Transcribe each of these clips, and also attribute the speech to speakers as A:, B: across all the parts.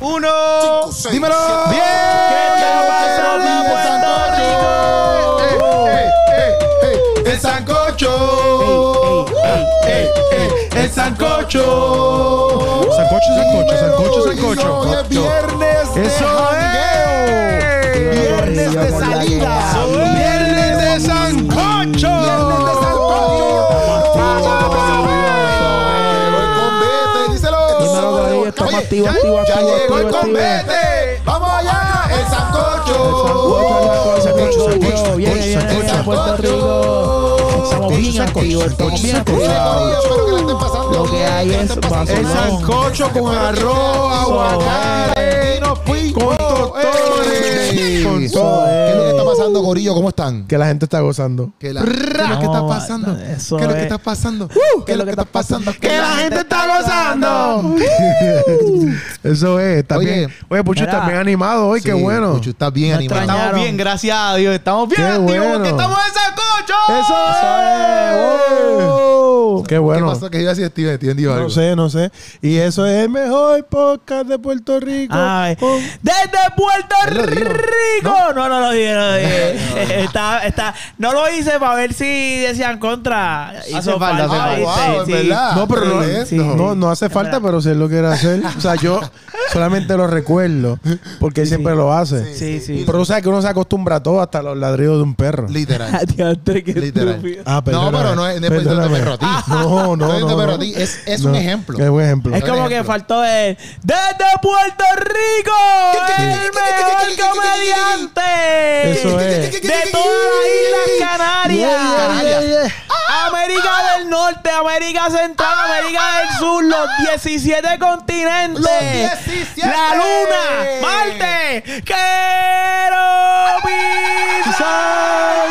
A: uno.
B: Cinco, seis,
C: Dímelo.
B: siete.
C: Bien.
A: ¿Qué te pasa,
C: Bien,
A: Puerto
C: sancocho? Eh, eh, eh, eh, El sancocho. Eh, eh, El sancocho.
D: Sancocho, sancocho, sancocho,
C: Eso,
D: sancocho.
C: Hoy es viernes de
D: Eso
C: jangueo.
D: es.
C: Viernes de
B: Vamos,
C: salida.
B: Yaguera.
D: Viernes de sancocho.
C: Viernes de sancocho. Voy con Vete, díselo.
B: Dímelo, Gabriel, estamos
C: Oye,
B: activos,
C: ya-
B: activos,
C: ya
B: activos,
C: llegó el
B: activos,
C: convete. Vamos allá, el sancocho.
B: Sancocho, sancocho, sancocho.
D: sancocho,
B: Viene, viene, viene a
D: sancocho,
B: Puerto
C: sancocho.
B: Rico. Estamos bien
D: sancocho,
B: activos, estamos
D: sancocho,
B: bien
D: sancocho.
C: Mire,
B: activados.
C: Corillo, espero que la estén pasando
B: Lo que
C: bien,
B: hay
C: la
B: es
C: estén pasando
B: vacilón.
D: El
C: bien.
D: sancocho con arroz, aguacate, con tostones. Con todo.
C: ¡Eh! ¿Qué es lo que está pasando, Gorillo? ¿Cómo están?
D: Que la gente está gozando.
C: ¿Qué, la- ¿Qué es lo que está pasando?
B: eso
C: ¿Qué es lo que
B: es.
C: está pasando? ¿Qué es lo que está pasando?
D: ¡Que la gente está gozando! Eso es, está
C: Oye.
D: bien. Oye, Puchu,
B: Mira.
D: estás bien animado hoy, qué
C: Sí,
D: bueno.
C: Puchu, estás bien
B: No
C: animado.
B: extraña-
A: Estamos
B: Ganaron.
A: bien, gracias a Dios. Estamos bien,
D: Qué
A: activos
D: bueno.
A: porque estamos en sancocho.
D: ¡Eso es! ¡Qué
C: ¿Qué
D: bueno!
C: pasó? ¿Qué iba a decir Steven? Steven dijo algo.
D: No sé, no sé. Y eso es el mejor podcast de Puerto Rico.
B: Ay,
D: Con-
B: desde Puerto
C: Él lo dijo,
B: Rico. No, no lo dije, no lo dije. Está- está- no lo hice para ver si decían contra. Hizo
A: falta, hace
C: Ah,
A: falta.
B: ¿viste?
C: wow, es
B: Sí.
C: verdad.
D: No, pero no,
C: Tremendo.
B: sí.
D: no, no hace falta, pero si él lo quiere hacer. O sea, yo solamente lo recuerdo porque él siempre lo hace.
B: Sí, sí.
D: Pero tú sabes que uno se acostumbra a todo, hasta los ladridos de un perro.
C: Literal.
B: Adiante, qué
C: Literal.
B: estúpido.
D: Ah,
C: No, pero no es- no es
D: perdóname.
C: diciendo perro a ti.
D: No, no,
C: No
D: no.
C: es
D: no.
C: diciendo perro a ti, es- es un ejemplo.
D: Es un ejemplo.
B: Es como que
C: ejemplo.
B: faltó el ¡Desde Puerto Rico! ¡El mejor comediante!
D: Eso es.
B: ¡De todas las Islas Canarias!
C: Canarias.
B: América del Norte, América Central,
C: Ah,
B: América del Sur, los 17 continentes.
C: Los 17.
B: La luna, Marte, quiero pisar.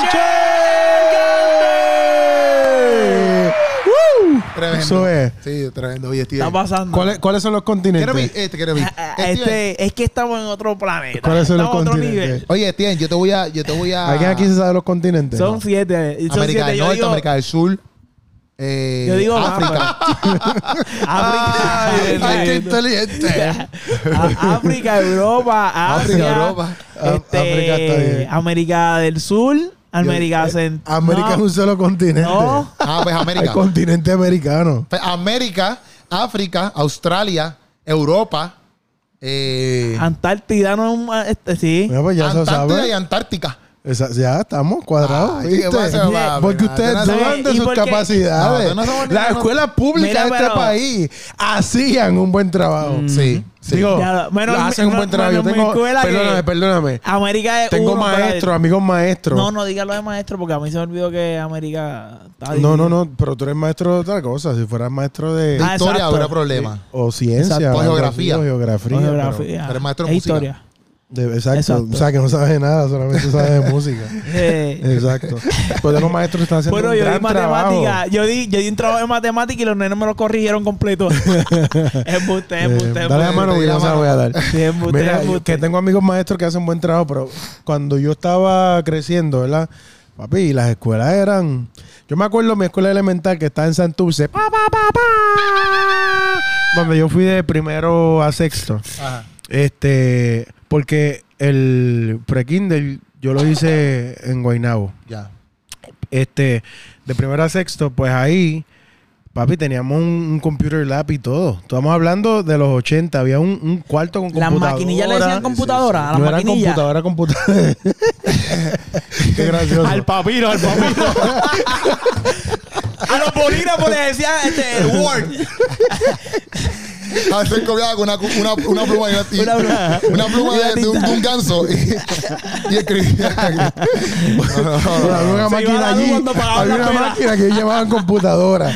C: Tremendo.
D: Eso es.
C: Sí, tremendo. Oye, Steven.
B: Está pasando.
D: ¿Cuáles, cuáles son los
C: Quiero mi-
D: continentes?
C: Este, quiero mi-
B: Ah, ah,
C: Steven,
B: Este, es que estamos en otro planeta.
D: ¿Cuáles son los
B: estamos en otro
D: continentes?
B: nivel.
C: Oye, Steven, yo te voy a... Yo te voy a
D: ¿Alguien aquí se sabe los continentes?
B: Son siete.
C: América
B: Son siete.
C: del
B: Yo
C: Norte,
B: digo-
C: América del Sur. eh,
B: Yo digo
C: África.
B: África.
C: Ay, qué inteligente.
B: A- África, Europa, Asia,
C: África, Europa.
D: Á-
B: este,
D: África está bien.
B: América del Sur, América
D: Eh,
B: Central.
D: América es un solo continente.
B: No.
C: Ah, pues
D: El
C: América.
D: continente americano.
C: Pues, América, África, Australia, Europa, eh,
B: Antártida no es un- este, sí.
D: Mira, pues Ah, ya se
C: Antártida y
D: sabe.
C: Antártica.
D: Esa- ya estamos cuadrados.
C: Ay,
D: ¿viste?
C: ¿qué pasa, papi?
D: Porque
C: Nada,
D: ustedes
C: tú no
B: sabes-
D: dudan de
B: ¿Y
D: sus
B: por qué?
D: capacidades.
C: No, tú no sabes
D: Las
C: ninguno.
D: escuelas públicas
B: Mira,
D: de este
B: pero- Mm.
D: país hacían un buen trabajo.
C: Sí, sí.
D: Digo,
B: Ya, menos-
D: hacen un buen
B: menos-
D: trabajo. Yo
B: menos
D: tengo,
B: mi escuela que-
D: perdóname, perdóname.
B: América es
D: Tengo
B: uno,
D: maestros,
B: brother.
D: amigos maestros.
B: No, no diga lo de maestro porque a mí se me olvidó que América está
D: No,
B: dividida.
D: no, no, pero tú eres maestro de otra cosa. Si fueras maestro de.
C: De
B: Ah,
C: historia
B: exacto.
C: habrá problemas.
D: O ciencia.
B: Exacto.
D: algo así,
C: Geografía.
D: O geografía.
B: Geografía.
C: pero maestro de
B: Es
C: música.
B: historia.
D: pero- de- exacto.
B: Exacto.
D: O sea, que no sabes de nada, solamente sabes de música.
B: Eh,
D: Exacto. Pero tengo maestros que están haciendo
B: Bueno,
D: un
B: yo di
D: gran
B: matemática,
D: trabajo.
B: yo di, yo di un trabajo de matemática y los nenes me lo corrigieron completo. es usted,
D: Eh,
B: es usted.
D: dale la
C: embuste,
D: mano, porque yo
C: dale
D: no
C: la
D: se la
C: mano.
D: voy a dar.
B: Sí, embuste,
D: Mira, yo-
B: embuste.
D: que tengo amigos maestros que hacen buen trabajo, pero cuando yo estaba creciendo, ¿verdad? Papi, las escuelas eran. Yo me acuerdo mi escuela elemental que está en Santurce. Pa, pa, pa, pa, donde yo fui de primero a sexto.
C: Ajá.
D: Este, porque el pre-kinder yo lo hice en Guaynabo.
C: Ya.
D: Este, de primero a sexto, pues ahí, papi, teníamos un, un computer lab y todo. Estamos hablando de los 80, había un, un cuarto con
B: Las
D: computadora.
B: maquinillas le decían computadora, a
D: No
B: las
D: eran
B: maquinillas.
D: computadora, computadora. Qué gracioso.
A: Al papiro, al papiro.
B: A los bolígrafos le decían este, Word.
C: A veces copiaba con una, una, una pluma y una, y-
B: Una pluma.
C: una pluma
B: Y una
C: de, de un,
B: tinta.
C: de un ganso. Y, y escribía. No, no, no.
D: Había una
B: Se iba
D: máquina
B: la luz
D: allí.
B: cuando pagaba
D: Había
B: la
D: una
B: pena.
D: máquina que llamaban computadora.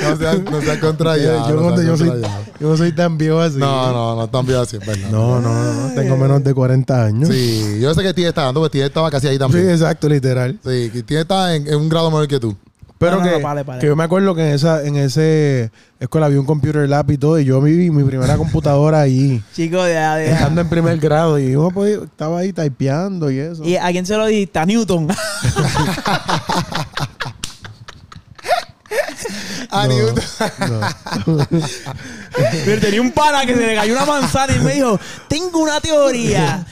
C: No seas no seas contra
D: yo,
C: allá,
D: Eh, yo
C: no
D: cuando
C: seas
D: yo soy,
C: contra allá.
D: yo no soy tan viejo así.
C: No, no, no, también así, es ¿verdad?
D: No, no, no, no, Tengo menos de 40 años. Sí,
C: Sí, yo sé que Tía estaba dando, pues Tía estaba casi ahí también.
D: exacto, literal.
C: Sí, que Tía está en, en un grado menor que tú.
D: Pero
B: No, no,
D: que,
B: no, vale, vale.
D: que yo me acuerdo que en esa en ese escuela había un computer lab y todo, y yo viví mi primera computadora ahí,
B: Chicos, ya, ya.
D: estando en primer grado, y yo pues, estaba ahí typeando y eso.
B: ¿Y a quién se lo dijiste? A Newton.
C: A Newton.
B: Pero tenía un pana que se le cayó una manzana y me dijo, tengo una teoría.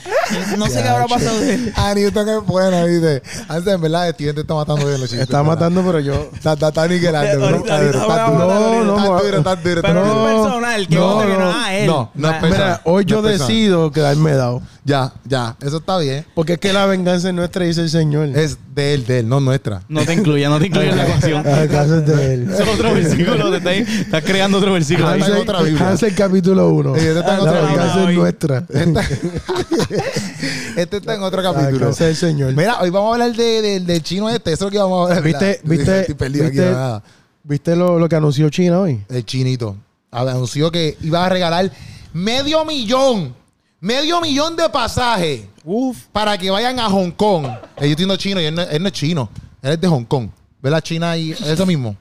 B: No sé qué habrá pasado de él.
C: A Newton es buena, dice. Antes, en verdad, Steven te está matando bien los chistes.
D: Está matando, pero yo.
C: Está, está, está
B: Eh,
C: niquelando.
B: ahorita-
C: Está duro,
B: ahorita
C: está
B: voy a matar
C: duro.
D: ahorita.
C: Está duro, está duro.
B: Pero
C: está
B: no
C: duro.
B: es personal, que
C: no,
B: no, que no,
C: no,
B: ah, él.
C: no, no es
B: Ah,
C: personal.
D: Mira, hoy yo
C: Empezar.
D: decido quedarme dado.
C: Ya, ya. Eso está bien.
D: Porque es que la venganza es nuestra, dice el Señor.
C: Es de él, de él, no nuestra.
A: No te incluya, no te incluya en la ecuación.
D: Ah, el caso es de él.
A: Eso es otro versículo, te está- estás creando otro versículo. ahí.
C: Hansel- otra Biblia.
D: Hansel capítulo 1.
C: Sí, esta está en
D: La
C: otra
D: venganza es
B: Biblia.
D: nuestra.
C: Este está en otro
D: La
C: capítulo.
D: venganza del Señor.
C: Mira, hoy vamos a hablar de, de- del chino este. Eso es lo que vamos a hablar.
D: ¿Viste, viste,
C: Estoy perdido aquí,
D: viste-
C: nada.
D: ¿Viste lo, lo que anunció China hoy?
C: El chinito anunció que iba a regalar medio millón. Medio millón de pasajes
B: Uf.
C: para que vayan a Hong Kong. Eh, Yo entiendo chino y él no, él no es chino. Él es de Hong Kong. ¿Verdad? China y eso mismo.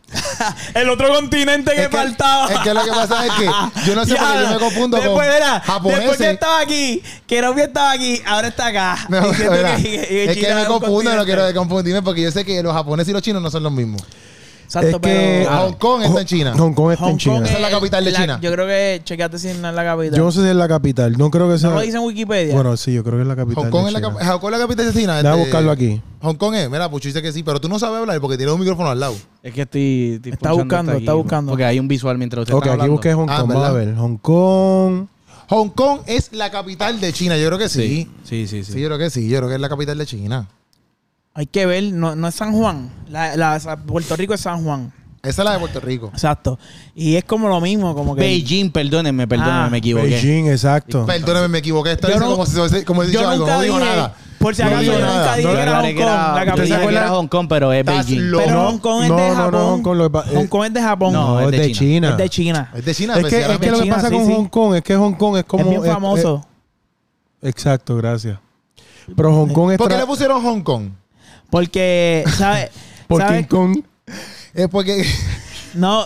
B: El otro continente que,
C: es que,
B: faltaba.
C: es que lo que pasa es que yo no sé por qué yo me confundo
B: después,
C: con
B: era, Después que
C: japoneses.
B: estaba aquí, que no estaba aquí, ahora está acá.
C: No,
B: diciendo
C: mira,
B: que-
C: es que
B: China
C: me
B: es un
C: confundo, no
B: continente.
C: quiero confundirme porque yo sé que los japoneses y los chinos no son los mismos.
B: Exacto,
D: es que-
B: pero-
D: Ah,
C: Hong Kong está en China.
D: Hong Kong está
B: Hong
D: este en
B: Kong
D: China.
C: Esa es la capital de China.
B: Yo creo que, checate si no es la capital.
D: Yo no sé si es la capital. No creo que sea.
B: no lo dice en Wikipedia.
D: Bueno, sí, yo creo que es la capital.
C: Hong Kong,
D: de
C: es la,
D: China.
C: cap- Hong Kong es la capital de China.
D: Déjame
C: este-
D: buscarlo aquí.
C: Hong Kong es, mira, Pucho dice que sí, pero tú no sabes hablar porque tienes un micrófono al lado.
A: Es que estoy, estoy
B: Está
A: pulsando
B: buscando,
A: hasta
B: está buscando.
A: Porque hay un visual mientras usted
D: Ok,
A: está
D: aquí
A: hablando.
D: busqué Hong
C: Ah,
D: Kong.
C: ¿verdad?
D: Vamos a ver. Hong Kong.
C: Hong Kong es la capital de China, yo creo que sí.
A: Sí, sí, sí.
C: Sí,
A: sí.
C: yo creo que sí, yo creo que es la capital de China.
B: Hay que ver, no, no es San Juan. La, la- Sa- Puerto Rico es San Juan.
C: Esa es la de Puerto Rico.
B: Exacto. Y es como lo mismo, como que.
A: Beijing, perdónenme, perdónenme,
B: Ah,
A: me equivoqué.
D: Beijing, exacto.
C: Perdóneme, me equivoqué. Está
B: Yo
C: diciendo
B: no-
C: como si fuese- como si
B: Yo
C: dicho
B: nunca
C: algo. No digo
B: dije,
C: nada.
B: Por si
C: No
B: acaso,
C: digo
B: yo
C: nada.
B: nunca dije
A: No,
B: que era
A: claro
B: Hong
A: que
B: Kong,
A: era-
B: la
A: yo pensé
B: capital.
A: que era Hong Kong, pero es
C: Estás
A: Beijing.
C: loco.
B: Pero
D: No,
B: Hong Kong es
D: no,
B: de
D: no, no,
B: Japón.
D: Hong Kong, lo- eh,
B: Hong Kong es de Japón.
A: No,
D: No,
A: es
D: es
A: de
D: de China.
B: Es de China.
C: Es de China,
D: Es
C: pero si
D: que,
C: ahora
D: es que
C: me-
D: lo que
B: China,
D: pasa
B: sí,
D: con
B: sí.
D: Hong Kong es que Hong Kong es como.
B: es bien
D: es-
B: famoso.
D: es- exacto, gracias. Pero
B: Eh,
D: Hong Kong es.
C: ¿Por qué
D: tra-
C: le pusieron Hong Kong?
B: porque, ¿sabes?
D: por
B: ¿sabe?
D: King Kong.
C: Es porque,
B: No,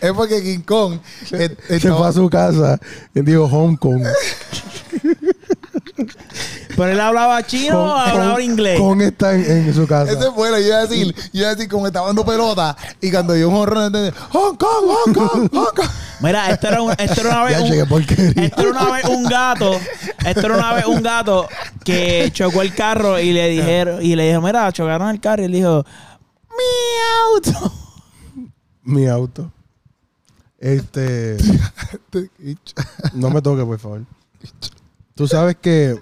C: es porque King Kong. eh, eh,
D: Se fue a su casa. Él dijo Hong Kong.
B: pero él hablaba chino o hablaba inglés.
D: Kong está en, en su casa.
C: Ese fue lo yo iba a decir, yo iba a decir como estaba dando pelota y cuando yo un horror entendí, Hong Kong, Hong Kong, Hong Kong.
B: Mira, esto era, un- esto era una vez.
D: Ya
B: un-
D: llegué porquería.
B: Esto era una vez un gato. Esto era una vez un gato que chocó el carro y le dijeron, y le dijo, mira, chocaron el carro y él dijo, mi auto.
D: Mi auto. Este. No me toque, por favor. Tú sabes que.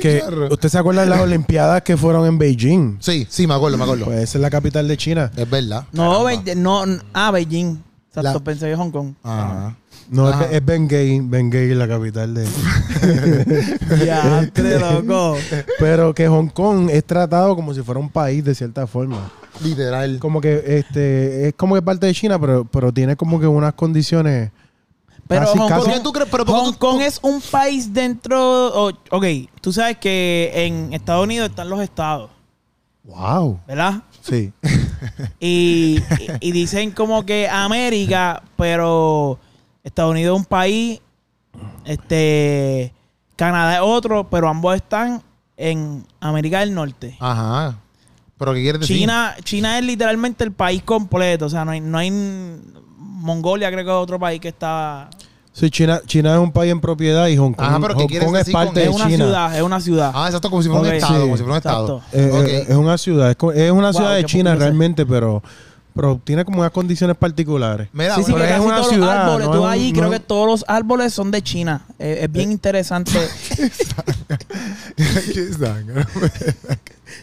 D: que
C: charro.
D: ¿Usted se acuerda de las Olimpiadas que fueron en Beijing?
C: Sí, sí, me acuerdo, me acuerdo.
D: Pues esa es la capital de China.
C: Es verdad.
B: No, Beijing- no, no, ah, Beijing. Exacto,
C: La-
B: pensé que Hong Kong.
C: Ajá.
D: No,
C: Ajá.
D: es, es Bengay. Bengay es la capital de.
B: Ya, entre loco.
D: Pero que Hong Kong es tratado como si fuera un país de cierta forma.
C: Literal.
D: Como que este es como que parte de China, pero, pero tiene como que unas condiciones.
B: Pero
D: Casi,
B: Hong
D: casi.
B: Kong,
C: ¿Por qué tú crees- pero por qué
B: Hong
C: tú-
B: Kong es un país dentro. o- ok, tú sabes que en Estados Unidos están los estados,
C: Wow.
B: ¿verdad?
C: Sí.
B: Y, y- y dicen como que América, pero Estados Unidos es un país, este Canadá es otro, pero ambos están en América del Norte.
D: Ah,
C: Ajá. Pero ¿qué quieres decir?
B: China, China es literalmente el país completo, o sea, no hay, no hay Mongolia creo que es otro país que está
D: Sí, China, China es un país en propiedad y Hong Kong,
C: Ajá, pero ¿qué
D: Hong
C: quieres
D: Kong es
C: decir con
D: parte
C: eso?
D: de
B: es una
D: China.
B: ciudad, es una ciudad.
C: Ah, exacto, como si fuera
B: Ok,
C: un estado,
B: sí,
C: como si fuera un
B: exacto.
C: estado.
D: Eh,
C: Ok.
D: eh, es una ciudad, es, co- es una
B: Wow,
D: ciudad de
B: qué
D: China
B: poquito sé.
D: realmente, pero, pero tiene como unas condiciones particulares.
C: Mira,
B: Sí, sí,
C: bueno,
B: que
D: Pero es una
B: casi todos los
D: ciudad,
B: árboles,
D: no
B: tú
D: es
B: vas allí,
D: un-
B: creo
D: no
B: que
D: es-
B: todos los árboles son de China. Eh, es bien interesante.
C: ¿qué es that?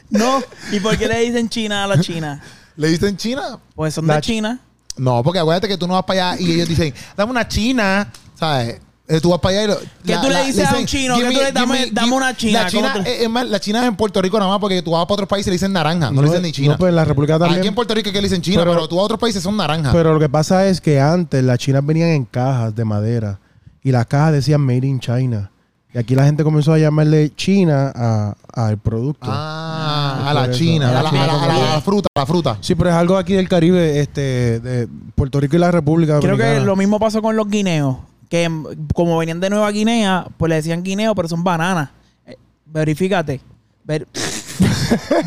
B: no, ¿y por qué le dicen China a la China?
C: ¿Le dicen China?
B: Pues son
D: La
B: de
D: chi-
B: China.
C: No, porque acuérdate que tú no vas para allá y ellos dicen, dame una china, ¿sabes? Eh, tú vas para allá y lo,
B: ¿Qué tú le dices a un chino?
C: "Give
B: ¿Qué tú le- dame-
C: give
B: dame una china"?
C: La china,
B: ¿Cómo tú-
C: es, es más, la china es en Puerto Rico nada más porque tú vas para otros países y le dicen naranja, Ah, no, le dicen ni china.
D: No, pues en la República
C: Aquí en
D: también.
C: Puerto Rico es que le dicen china, pero,
D: Pero-
C: tú vas a otros países son
B: Ah.
C: naranja.
D: Pero lo que pasa es que antes las chinas venían en cajas de madera y las cajas decían Made in China. Y aquí la gente comenzó a llamarle China a- al producto.
C: ah,
D: Ah,
C: a la
D: por eso.
C: china, a la, a la- a la- a la fruta, a la fruta.
D: Sí, pero es algo aquí del Caribe, este, de Puerto Rico y la República
B: Creo
D: Dominicana.
B: que lo mismo pasó con los guineos. Que mm, como venían de Nueva Guinea, pues le decían guineo, pero son bananas. Eh, verifícate. Ver-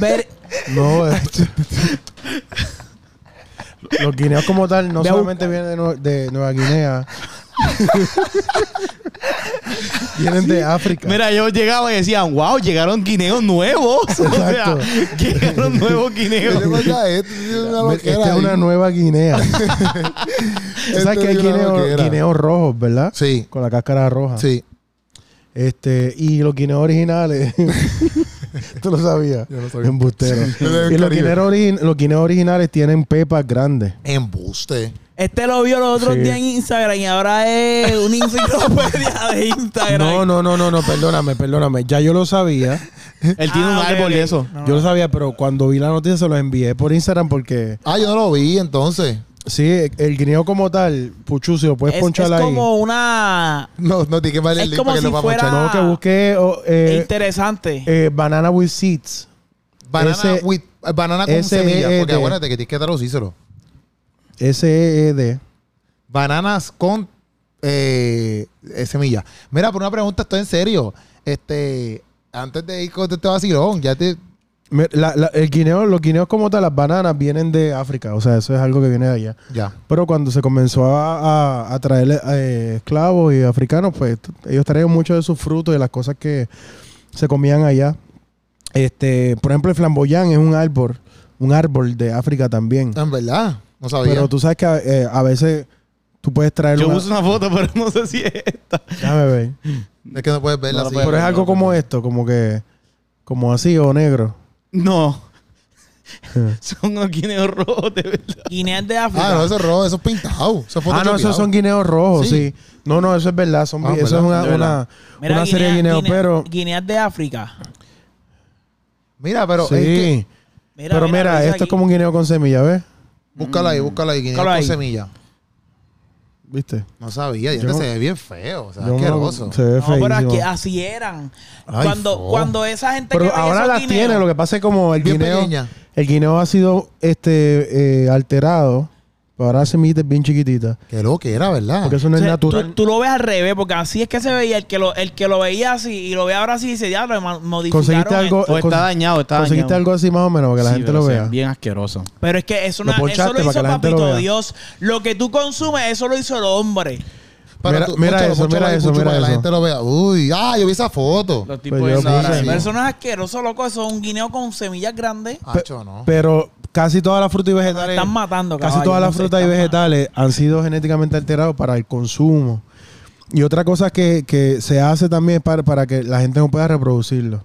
B: ver-
D: No, es- los guineos como tal no
B: Ve a
D: solamente vienen de, Nue- de Nueva Guinea. vienen de África.
A: Mira, yo llegaba y decían, wow, llegaron guineos nuevos. O sea,
D: Exacto.
A: llegaron nuevos guineos.
C: Vete para acá, este tiene una
D: Esta
C: loquera
D: es una
C: ahí.
D: nueva Guinea.
C: Este
D: ¿Sabes que hay
C: tiene una
D: guineos,
C: loquera.
D: guineos rojos, verdad?
C: Sí,
D: Con la cáscara roja.
C: sí.
D: Este, y los guineos originales. Tú lo sabías.
C: Yo no sabía.
D: Embustero.
C: Yo sabía
D: y
C: el
D: los
C: Caribe.
D: guineos, origi- los guineos originales tienen pepas grandes.
C: Embuste.
B: Este lo vio los otros
D: Sí.
B: días en Instagram y ahora es una enciclopedia de Instagram.
D: No, no, no, no, no, perdóname, perdóname. Ya yo lo sabía.
A: Él tiene un
B: Ah, ok,
A: árbol de
B: ok.
A: eso.
B: No,
D: Yo
B: no.
D: lo sabía, pero cuando vi la noticia se los envié por Instagram porque
C: Ah, yo no lo vi entonces.
D: sí, el guineo como tal, Puchu, si lo puedes
B: es,
D: ponchar
B: es
D: ahí.
B: como una
C: No, no, tiene que valer
B: Es
C: el link
B: como
C: para que
B: si
C: lo vamos
B: fuera-
C: a echar.
D: No, que busqué oh, eh,
B: interesante.
D: eh, banana with seeds.
C: Banana,
D: ese-
C: with- eh, banana con
D: ese
C: semillas.
D: es
C: Porque
D: de-
C: acuérdate que tienes que traducírselo.
D: S-E-E-D.
C: Bananas con eh, eh, semillas. Mira, por una pregunta, estoy en serio. Este, antes de ir con este vacilón, ya te.
D: Me- la- la- el guineo, los guineos como tal, las bananas vienen de África, o sea, eso es algo que viene de allá.
C: Ya.
D: Pero cuando se comenzó a, a- a traer eh, esclavos y africanos, pues t- ellos traían mucho de sus frutos y de las cosas que se comían allá. Este, por ejemplo, el flamboyán es un árbol, un árbol de África también.
A: Ah,
C: En verdad, no sabía.
D: Pero tú sabes que a, eh, a veces tú puedes traer
A: Yo
D: una-
A: puse una foto, pero no sé si es esta.
D: Déjame ver.
C: es que no puedes verla
A: No la
C: así.
A: puedes
D: Pero es
A: no,
D: algo
A: no,
D: como
A: no.
D: esto, como que como así o negro.
A: No. Son unos guineos rojos, de verdad.
B: Guinea de
C: Ah,
B: África.
C: no, eso es rojo, eso es pintado.
D: Ah,
C: Eso es
D: no, esos
C: photoshopeado.
D: son guineos rojos, sí. No, no, eso es verdad. Son,
C: Ah,
D: vi- eso
C: verdad,
D: es una,
A: de verdad.
D: una,
B: Mira,
D: una serie de
B: Guinea-
D: guineos,
B: Guinea-
D: pero...
B: Guinea de África.
C: Mira, pero
D: sí,
C: es que-
B: Mira,
D: pero mira,
B: revisa
D: esto es
B: aquí.
D: como un guineo con semilla, ¿ves?
C: búscala ahí, búscala ahí, guinea
B: Búscala
C: con
B: ahí.
C: semilla.
D: ¿Viste?
C: No sabía, ya
D: Yo-
C: te se ve bien feo, o sea,
D: Yo no-
C: asqueroso.
D: se ve
B: No, pero
D: feísimo.
B: aquí, así eran.
C: Ay,
B: cuando,
C: fo.
B: cuando esa gente que
D: Pero
B: veía
D: ahora
B: esos
D: las
B: guineos-
D: tiene, lo que pasa es como el
C: Bien
D: guineo...
C: pequeña.
D: El guineo ha sido este eh, alterado para semillas bien chiquititas.
C: Qué loco que era, ¿verdad?
D: Porque eso no
B: O
D: es
B: sea,
D: Pues natural.
B: Tú, tú lo ves al revés, porque así es que se veía. El que lo, el que lo veía así y lo ve ahora así dice, ya lo ma- modificaron.
D: Conseguiste algo-
B: esto".
A: O está
D: Cons-
A: dañado, está
D: Conseguiste
A: dañado.
D: algo así más o menos para que la
A: Sí,
D: gente
A: pero
D: lo
A: se
D: vea.
A: ven Bien asqueroso.
B: Pero es que es
D: Lo
B: una, eso
D: ponchaste
B: lo
D: para
B: hizo
D: que la gente lo
B: Papito
D: vea.
B: Dios. Lo que tú consumes, eso lo hizo el hombre.
C: Pero
D: Mira-
C: tú-
D: mira
C: ponchalo,
D: eso,
C: ponchalo
D: mira
C: ahí,
D: eso,
C: Cucho,
D: mira
C: para que la
D: eso.
C: gente lo vea. Uy, ah, yo vi esa foto.
A: Los
D: Pues yo
A: tipos de
D: puse-
B: Pero
D: Sí.
B: eso no es asqueroso, loco. Eso es un guineo con semillas grandes.
C: Acho, no.
D: Pero casi todas las frutas y
B: Nos
D: vegetales.
B: están matando,
D: Casi
B: caballo,
D: todas las
B: nos
D: frutas y
B: están
D: vegetales han sido genéticamente alterados para el consumo. Y otra cosa que, que se hace también es para, para que la gente no pueda reproducirlo.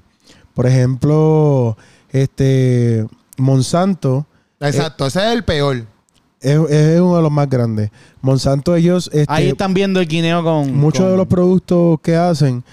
D: Por ejemplo, este Monsanto
C: Exacto, ese es el peor.
D: es, es uno de los más grandes. Monsanto, ellos, este,
A: Ahí están viendo el guineo con...
D: muchos
A: con-
D: de los productos que hacen,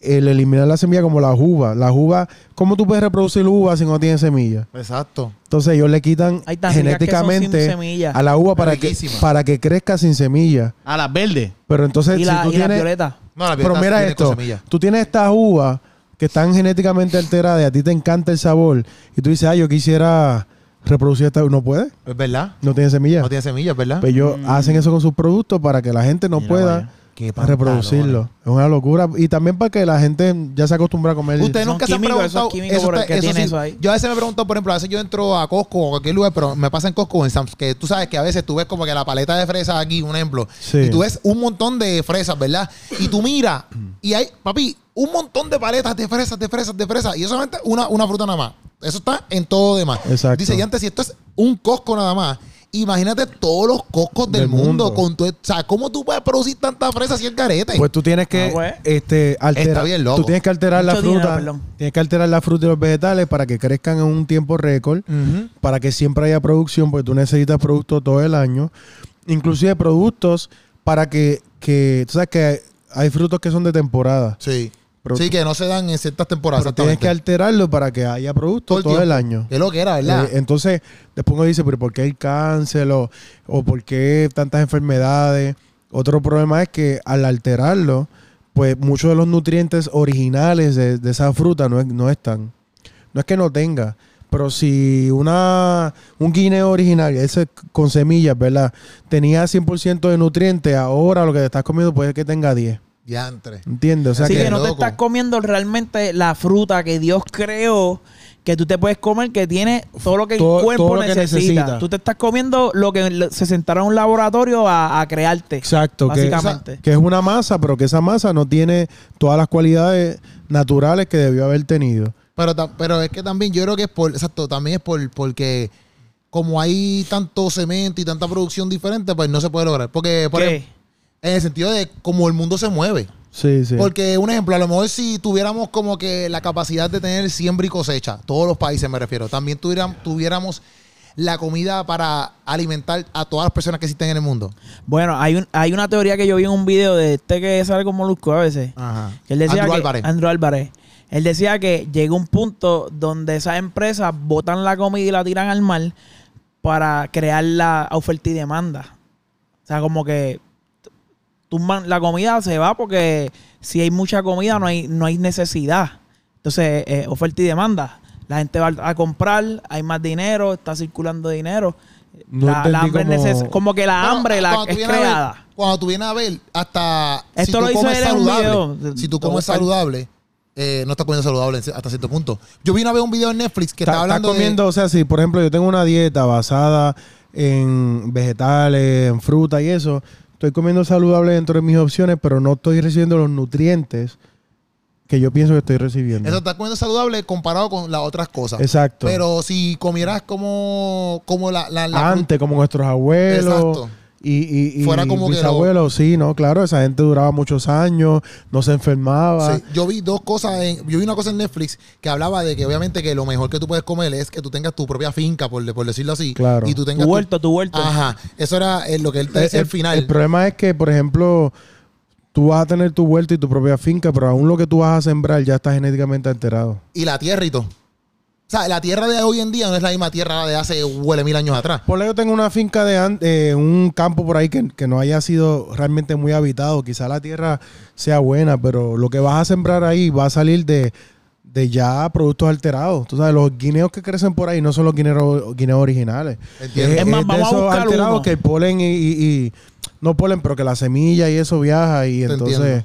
D: el eliminar la semilla como las uvas. Las uvas, ¿cómo tú puedes reproducir uvas si no tienen semilla?
C: Exacto.
D: Entonces ellos le quitan
B: Hay tan ricas que son sin
D: genéticamente
B: semilla.
D: a la uva para que,
C: Riquísima.
D: para que crezca sin semilla.
A: A las verdes.
D: Pero entonces,
B: Y,
D: si
B: la,
D: tú
B: y las
D: tienes.
B: violetas.
C: No, la
D: pero
C: pieza
D: mira
C: viene con
D: esto:
C: semilla.
D: tú tienes estas uvas que están genéticamente alteradas y a ti te encanta el sabor. Y tú dices, ah, yo quisiera reproducir esta. No puede,
C: Es verdad.
D: no tiene semilla.
C: No tiene semillas, ¿verdad?
D: Pero ellos
B: Mm.
D: hacen eso con sus productos para que la gente no
A: Mira,
D: pueda
C: Qué pantalones.
D: reproducirlo. Es una locura. Y también para que la gente ya se acostumbra a comer.
C: Ustedes
B: Son
C: nunca se han
B: químicos, eso
C: preguntado.
B: es químico por el que tiene eso ahí.
C: Yo a veces me pregunto, por ejemplo, a veces yo entro a Costco o a cualquier lugar, pero me pasa en Costco o en Sam's, que tú sabes que a veces tú ves como que la paleta de fresas aquí, un ejemplo,
D: Sí.
C: y tú ves un montón de fresas, ¿verdad? Y tú miras y hay, papi, un montón de paletas de fresas, de fresas, de fresas, y eso solamente una, una fruta nada más. Eso está en todo demás.
D: Exacto.
C: Dice, y antes, si esto es un Costco nada más. Imagínate todos los coscos del,
D: Del
C: mundo.
D: mundo.
C: con tu, o sea, ¿cómo tú puedes producir tantas fresas si el carete?
D: Pues tú tienes que
B: Ah, pues.
D: este, alterar.
C: Está bien loco.
D: Tú tienes que alterar la
B: Mucho dinero,
D: fruta.
B: perdón.
D: tienes que alterar la fruta y los vegetales para que crezcan en un tiempo récord,
C: Ujú.
D: para que siempre haya producción, porque tú necesitas productos todo el año. Inclusive productos para que, que tú sabes que hay frutos que son de temporada.
C: Sí.
D: Pero-
C: sí, que no se dan en ciertas temporadas.
D: Pero tienes que
C: exactamente.
D: alterarlo para que haya productos todo, el
C: tiempo.
D: año.
C: Es lo que era, ¿verdad?
D: Eh, entonces, después uno dice, pero ¿por qué el cáncer o, o por qué tantas enfermedades? Otro problema es que al alterarlo, pues muchos de los nutrientes originales de, de esa fruta no, es- no están. No es que no tenga, pero si una, un guineo original, ese con semillas, ¿verdad? Tenía 100% de nutrientes, ahora lo que te estás comiendo puede que tenga 10.
C: Diantre.
D: ¿Entiendes? O sea
B: Así
D: que...
B: que no
C: loco.
B: te estás comiendo realmente la fruta que Dios creó, que tú te puedes comer que tiene todo lo que el
D: Todo-
B: cuerpo
D: todo lo que
B: necesita.
D: necesita.
B: Tú te estás comiendo lo que lo- se sentaron en un laboratorio a, a crearte.
D: Exacto, que,
B: Básicamente.
D: que es una masa, pero que esa masa no tiene todas las cualidades naturales que debió haber tenido.
C: Pero, ta- pero es que también yo creo que es por, exacto, también es por, porque como hay tanto cemento y tanta producción diferente, pues no se puede lograr. Porque, por
B: ¿Qué?
C: ejemplo, en el sentido de cómo el mundo se mueve.
D: Sí, sí.
C: Porque, un ejemplo, a lo mejor si tuviéramos como que la capacidad de tener siembra y cosecha, todos los países me refiero, también tuviéramos, tuviéramos la comida para alimentar a todas las personas que existen en el mundo.
B: Bueno, hay, un, hay una teoría que yo vi en un video de este que sale con Molusco a veces.
C: Ajá.
B: Que él decía
C: Andrew
B: que-
C: Álvarez.
B: Andrew Álvarez. Él decía que llega un punto donde esas empresas botan la comida y la tiran al mar para crear la oferta y demanda. O sea, como que t- tumban la comida se va porque si hay mucha comida no hay no hay necesidad. Entonces, eh, oferta y demanda. La gente va a comprar, hay más dinero, está circulando dinero.
D: No
B: la, la
D: entendí
B: hambre es
D: cómo-
B: neces- como que la
C: Bueno,
B: hambre la,
C: cuando tú
B: es
C: vienes a ver-
B: creada.
C: cuando tú vienes a ver, hasta si
B: Esto
C: tú
B: lo hizo
C: comes
B: él en un video.
C: saludable, si tú comes
B: Todo-
C: saludable, eh, no estás comiendo saludable hasta cierto punto. Yo vine a ver un video en Netflix que
D: Está-
C: estaba
D: está
C: hablando
D: comiendo, o sea, si por ejemplo yo tengo una dieta basada en vegetales, en fruta y eso, estoy comiendo saludable dentro de mis opciones, pero no estoy recibiendo los nutrientes que yo pienso que estoy
C: de...
D: recibiendo.
C: Eso estás comiendo saludable comparado con las otras cosas.
D: Exacto.
C: Pero si comieras como, como la, la, la fruta-
D: Antes, como nuestros abuelos.
C: Exacto.
D: Y, y, y
C: Fuera como que lo-
D: bisabuelos, sí, no, claro, esa gente duraba muchos años, no se enfermaba.
C: Sí, yo vi dos cosas en- yo vi una cosa en Netflix que hablaba de que obviamente que lo mejor que tú puedes comer es que tú tengas tu propia finca, por, de- por decirlo así.
D: Claro.
C: Y tú
B: Tu
C: tengas tu-
B: huerto, tu huerto.
C: Ajá. Eso era eh, lo que él te
D: El,
C: decía al
D: el-
C: final.
D: el problema es que, por ejemplo, tú vas a tener tu huerto y tu propia finca, pero aún lo que tú vas a sembrar ya está genéticamente alterado.
C: y la tierra y todo. O sea, la tierra de hoy en día no es la misma tierra de hace huele mil años atrás.
D: Por yo tengo una finca de an- eh, un campo por ahí que, que no haya sido realmente muy habitado. Quizá la tierra sea buena, pero lo que vas a sembrar ahí va a salir de, de ya productos alterados. Tú sabes, los guineos que crecen por ahí no son los guineos, guineos originales.
C: Entiendo.
B: Es más,
D: de
B: vamos a
D: esos
B: buscar
D: alterados
B: uno.
D: que el polen y, y- y- no polen, pero que la semilla y eso viaja y
C: Te
D: entonces
C: entiendo.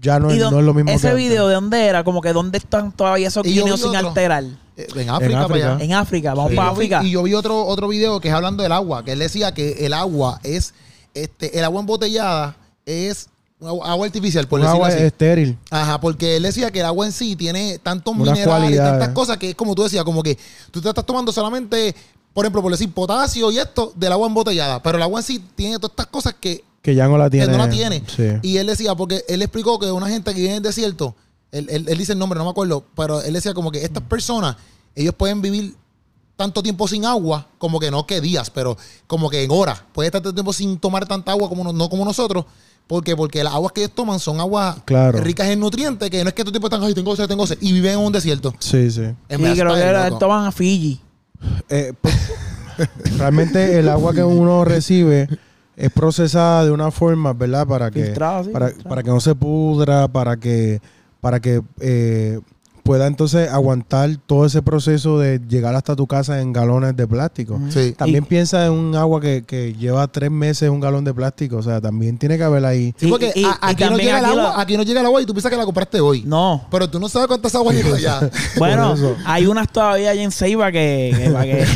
D: ya no es,
B: ¿Y dó-
D: no es lo mismo.
B: Ese
D: que antes.
B: video de dónde era, como que dónde están todavía esos
C: Y yo vi
B: guineos sin
C: otro.
B: alterar.
C: Eh, En África, para
D: África.
C: allá.
B: En África, vamos
C: Y
B: para
C: yo vi-
B: África.
C: Y yo vi otro, otro video que es hablando del agua, que él decía que el agua es, este, el agua embotellada es agua agua artificial, por
D: Un
C: decirlo
D: agua
C: así.
D: estéril.
C: Ajá, porque él decía que el agua en sí tiene tantos
D: Unas
C: minerales y tantas
D: cualidades.
C: cosas que es como tú decías, como que tú te estás tomando solamente, por ejemplo, por decir potasio y esto del agua embotellada, pero el agua en sí tiene todas estas cosas que
D: Que ya no la tiene.
C: que no la tiene.
D: Sí.
C: Y él decía, porque él explicó que una gente que vive en el desierto, él, él- él dice el nombre, no me acuerdo, pero él decía como que estas personas, ellos pueden vivir tanto tiempo sin agua, como que no que días, pero como que en horas. Puede estar tanto tiempo sin tomar tanta agua como no, no como nosotros. porque Porque las aguas que ellos toman son aguas
D: Claro.
C: ricas en nutrientes, que no es que tu tipo están, ay, tengo sed, tengo sed, y viven en un desierto.
D: sí, sí.
C: En
B: y
C: verdad,
B: creo que
C: está
B: era,
C: loco.
B: toman a Fiji.
D: Eh, pues, realmente el agua que uno recibe es procesada de una forma, ¿verdad? Para que,
B: Filtrada, sí,
D: para,
B: filtrada.
D: para que no se pudra, para que, para que eh, pueda entonces aguantar todo ese proceso de llegar hasta tu casa en galones de plástico.
C: Sí.
D: También
B: Y-
D: piensa en un agua que, que lleva tres meses un galón de plástico. O sea, también tiene que haber ahí.
C: Sí,
B: Y-
C: porque
B: y-
C: a-
B: y
C: aquí, no
B: también
C: llega el
B: aquí
C: agua,
B: la-
C: aquí no llega el agua y tú piensas que la compraste hoy.
B: No.
C: Pero tú no sabes cuántas aguas llegan allá.
B: Bueno,
D: eso.
B: hay unas todavía allá en Ceiba que. que- pa' que-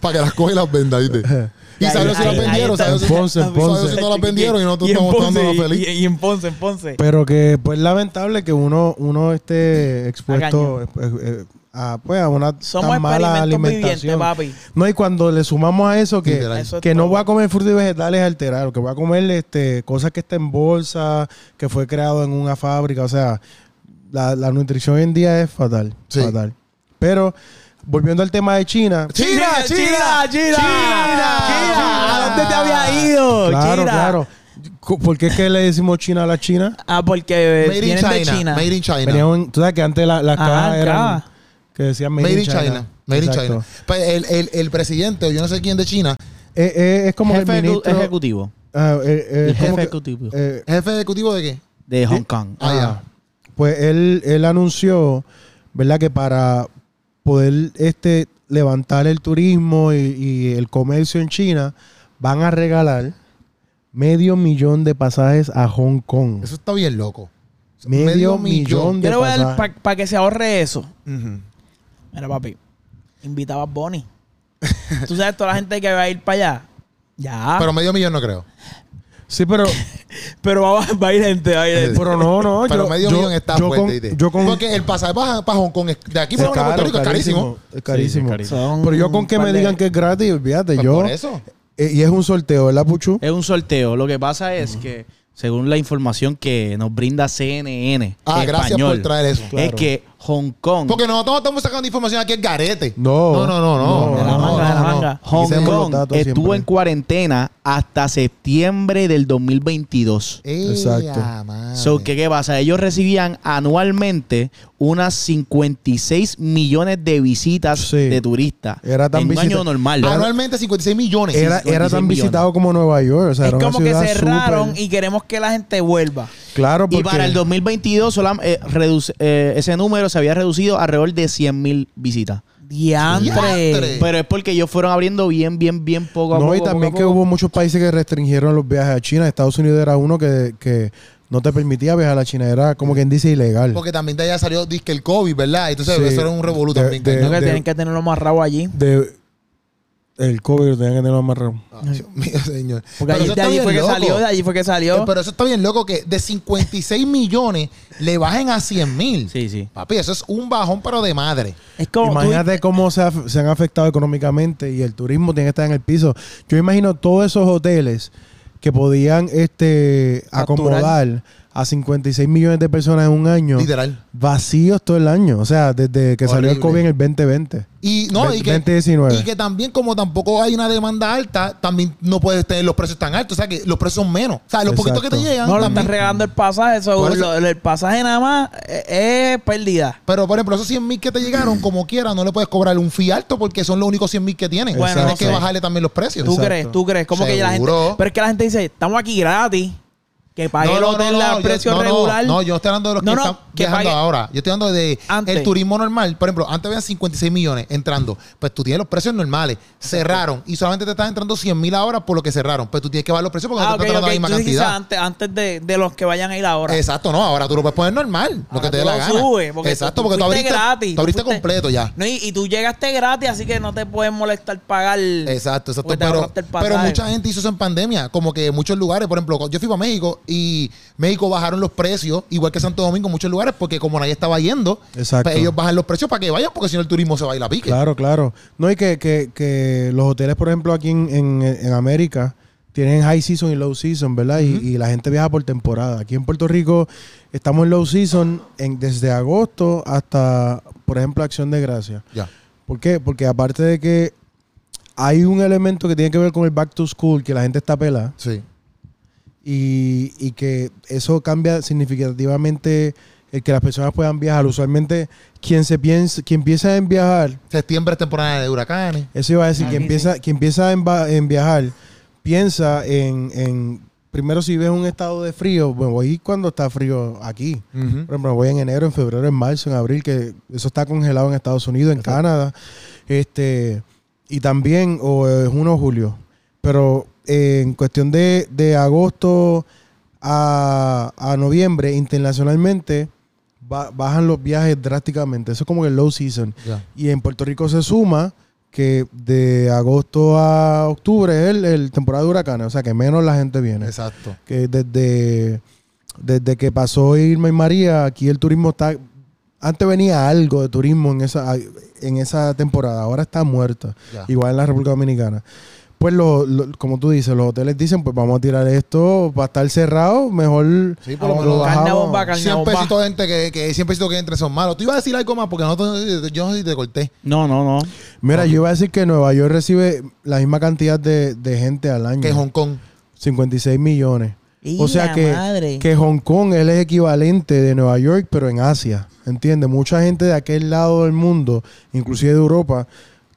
C: para que las coge y las venda, ¿viste? Y
B: Ahí-
C: sabes si
B: ahí-
C: las
B: ahí
C: vendieron,
B: está.
C: sabes si,
D: En Ponce, en
C: sabes si
D: Ponce.
C: no las vendieron y nosotros
B: en
C: estamos
B: Ponce,
C: dándonos
B: y-
C: feliz.
B: Y, y en Ponce, en Ponce.
D: Pero que pues lamentable que uno, uno esté expuesto eh, eh, a, pues, a una
B: Somos
D: tan mala
B: experimentos vivientes,
D: alimentación.
B: papi.
D: No, y cuando le sumamos a eso que,
C: Literal.
B: Eso es
D: que no
B: todo.
D: voy a comer frutas y vegetales alterados, que voy a comer este, cosas que está en bolsa, que fue creado en una fábrica, o sea, la, la nutrición hoy en día es fatal,
C: Sí.
D: fatal. Pero volviendo al tema de China,
C: ¡Chira, chira!
B: Chira, Chira, Chira. ¿A dónde te había ido?
D: claro,
B: Chira?
D: claro. Cu- ¿Por qué es que le decimos China a la China?
B: Ah, porque eh,
C: Made in
B: vienen de
C: China.
B: China.
C: Made in China.
D: Venían, tú sabes que antes la- las
B: Ah,
D: cajas eran
B: caja.
D: que decían Made,
C: Made in China. Made in
D: Exacto.
C: China. Pues el, el, el presidente, o yo no sé quién de China,
D: Eh, eh, es como que
A: Jefe
D: el
A: ejecu-
D: ministro.
A: ejecutivo.
D: ah, eh, eh,
A: El
D: es como
A: jefe
D: que,
A: ejecutivo
D: eh,
C: jefe ejecutivo de qué?
A: de Hong Kong.
C: Ah, ya.
D: Pues él, él anunció, ¿verdad? Que para poder este, levantar el turismo y, y el comercio en China, van a regalar medio millón de pasajes a Hong Kong.
C: Eso está bien loco.
D: Medio millón de
B: Yo le voy a dar
D: pasajes.
B: para que se ahorre eso.
C: Ujú.
B: Mira, papi, invitaba a Bonnie. Tú sabes toda la gente que va a ir para allá. Ya. Pero,
C: Pero medio millón no creo.
D: Sí, pero,
B: va, va a ir gente, va a ir gente.
D: pero no, no.
C: Pero
D: yo-
C: medio
D: yo-
C: millón está
D: yo
C: fuerte.
D: con-
C: ¿viste?
D: yo con-
C: Porque el pasaje para, para Hong Kong es- de aquí para
D: es
C: Puerto Rico es carísimo.
D: Es carísimo.
A: Sí, sí, es
B: Son
D: Pero yo con que
B: un
D: me
B: par de-
D: digan que es gratis, olvídate.
C: Pues
D: yo,
C: por eso.
D: Eh, y es un sorteo, ¿verdad, Puchu?
A: Es un sorteo. Lo que pasa es que, según la información que nos brinda CNN,
C: Ah, gracias
A: español,
C: por traer eso.
D: Claro.
A: es que Hong Kong,
C: Porque nosotros no estamos sacando información aquí en Garete.
D: No.
C: No, no, no, no.
D: No,
B: De la
C: No,
B: manga, de la
C: no, no.
B: manga.
A: Hong
D: Dicen los
A: Kong
D: datos
A: estuvo
D: siempre.
A: en cuarentena hasta septiembre del 2022.
C: Ea,
D: Exacto.
C: madre.
A: So, ¿qué, ¿Qué pasa? Ellos recibían anualmente unas 56 millones de visitas
D: Sí.
A: de turistas.
D: Era tan
A: en un
D: visita- Ah,
A: año normal.
C: Anualmente 56 millones.
D: Era, era
A: 56
D: tan
A: millones.
D: visitado como Nueva York. O sea,
B: es
D: era una
B: como que
D: ciudad
B: cerraron
D: súper-
B: y queremos que la gente vuelva.
D: Claro, porque...
A: Y para el 2022 solam- eh, reduce- eh, ese número se había reducido alrededor de 100 mil visitas.
B: Diantre.
C: Diantre. Sí.
A: Pero es porque ellos fueron abriendo bien, bien, bien poco a
D: No,
A: poco.
D: y también
A: poco
D: que
A: a poco.
D: hubo muchos países que restringieron los viajes a China. Estados Unidos era uno que, que no te permitía viajar a China. Era como quien dice ilegal.
C: Porque también de allá salió disque el COVID, ¿verdad? Entonces
D: Sí.
C: eso era un revolú
D: De-
C: también.
D: de-
B: Creo
C: cañón.
B: que
D: de-
B: tienen que tenerlo más rabo allí.
D: De, el COVID lo tenían que tener amarrado.
C: Ah, Dios mío, señor. Pero
B: Porque allí,
C: eso
B: de
C: está
B: allí
C: bien
B: fue que
C: loco.
B: salió, de allí fue que
C: Eh,
B: salió.
C: Pero eso está bien loco que de 56 millones le bajen a 100 mil.
A: Sí, sí.
C: Papi, eso es un bajón, pero de madre.
B: es como tú-
D: Imagínate cómo se, ha- se han afectado económicamente y el turismo tiene que estar en el piso. Yo imagino todos esos hoteles que podían este acomodar a 56 millones de personas en un año
C: Literal.
D: vacíos todo el año. O sea, desde que salió el
C: Horrible.
D: COVID en el 2020.
C: Y no, y que,
D: 2019.
C: y que también, como tampoco hay una demanda alta, también no puedes tener los precios tan altos. O sea que los precios son menos. O sea, los poquitos que te
D: Exacto.
C: llegan.
B: no, lo
C: también-
B: están regalando el pasaje. eso-
C: Por eso-
B: lo- el pasaje nada más eh, es, pérdida.
C: pero por ejemplo, esos 100 mil que te llegaron, como quiera, no le puedes cobrar un fee alto porque son los únicos 100 mil que tienen.
D: Bueno,
C: Tienes
D: no
C: que
D: sé.
C: bajarle también los precios.
B: ¿Tú
D: Exacto.
B: crees? ¿Tú crees? Como que la gente.
C: Seguro.
B: Pero es que la gente dice, estamos aquí gratis. Que pague el hotel al
C: yo-
B: precio
C: no, no,
B: regular.
C: No, yo no estoy hablando de los
B: No,
C: que
B: no,
C: están
B: que
C: viajando
B: pague-
C: ahora. Yo estoy hablando de
B: Antes.
C: el turismo normal. Por ejemplo, antes habían 56 millones entrando. Pues tú tienes los precios normales. Cerraron y solamente te están entrando 100 mil ahora por lo que cerraron. Pues tú tienes que bajar los precios porque
B: Ah,
C: no
B: ok,
C: te están
B: ok.
C: entrando
B: Tú
C: la
B: dices
C: misma cantidad.
B: antes, antes de, de los que vayan a ir ahora.
C: Exacto, no. Ahora tú lo puedes poner normal. lo
B: Ahora
C: que te dé
B: tú
C: la
B: lo
C: gana.
B: subes, porque
C: Exacto,
B: tú-
C: porque tú
B: fuiste
C: abriste,
B: gratis,
C: tú abriste
B: tú fuiste-
C: completo ya.
B: No, y, y tú llegaste gratis, así que no te pueden molestar pagar.
C: Exacto, exacto.
B: porque te
C: Pero,
B: ahorraste el
C: pero
B: pasaje.
C: mucha gente hizo eso en pandemia. Como que muchos lugares, por ejemplo, yo fui para México y México bajaron los precios, igual que Santo Domingo, muchos lugares, porque como nadie estaba yendo,
D: Exacto.
C: pues ellos bajan los precios para que vayan, porque si no el turismo se va a ir a pique.
D: Claro, claro. No, y que, que, que los hoteles, por ejemplo, aquí en, en- en América tienen high season y low season, ¿verdad? Y- y, la gente viaja por temporada. Aquí en Puerto Rico estamos en low season en, desde agosto hasta, por ejemplo, Acción de Gracia.
C: Ya.
D: ¿Por qué? Porque aparte de que hay un elemento que tiene que ver con el back to school, que la gente está pelada,
C: Sí.
D: y, y que eso cambia significativamente el que las personas puedan viajar. Usualmente, quien se piensa, quien piensa en viajar
C: Septiembre es temporada de huracanes.
D: eso iba a decir,
B: Ah,
D: que
B: sí,
D: empieza, que empieza en, va- en viajar, piensa en, en- primero si ves un estado de frío, bueno, voy a ir cuando está frío aquí. Por ejemplo, voy en enero, en febrero, en marzo, en abril, que eso está congelado en Estados Unidos, en Canadá, este, y también, o eh, junio o julio. Pero eh, en cuestión de, de agosto a, a noviembre, internacionalmente, ba- bajan los viajes drásticamente. Eso es como que el low season.
C: Ya.
D: Y en Puerto Rico se suma que de agosto a octubre es el, el temporada de huracanes, o sea que menos la gente viene.
C: Exacto.
D: Que desde, desde que pasó Irma y María, aquí el turismo está... Antes venía algo de turismo en esa, en esa temporada, ahora está muerta.
C: Ya.
D: Igual en la República Dominicana. Pues, lo- lo- como tú dices, los hoteles dicen, pues vamos a tirar esto para estar cerrado, mejor...
C: Sí, por lo
D: lo
C: menos
B: Carne
D: bajamos.
B: bomba, carne
C: 100
B: bomba.
C: pesitos de gente que, que 100 pesitos que entre son malos. Tú ibas a decir algo más porque nosotros, yo no sé si te corté.
A: No, no, no.
D: Mira, yo iba a decir que Nueva York recibe la misma cantidad de, de gente al año.
C: Que Hong Kong.
D: 56 millones.
B: Y
D: O sea
B: la
D: que,
B: madre.
D: que Hong Kong él es equivalente de Nueva York, pero en Asia. ¿Entiendes? Mucha gente de aquel lado del mundo, inclusive de Europa,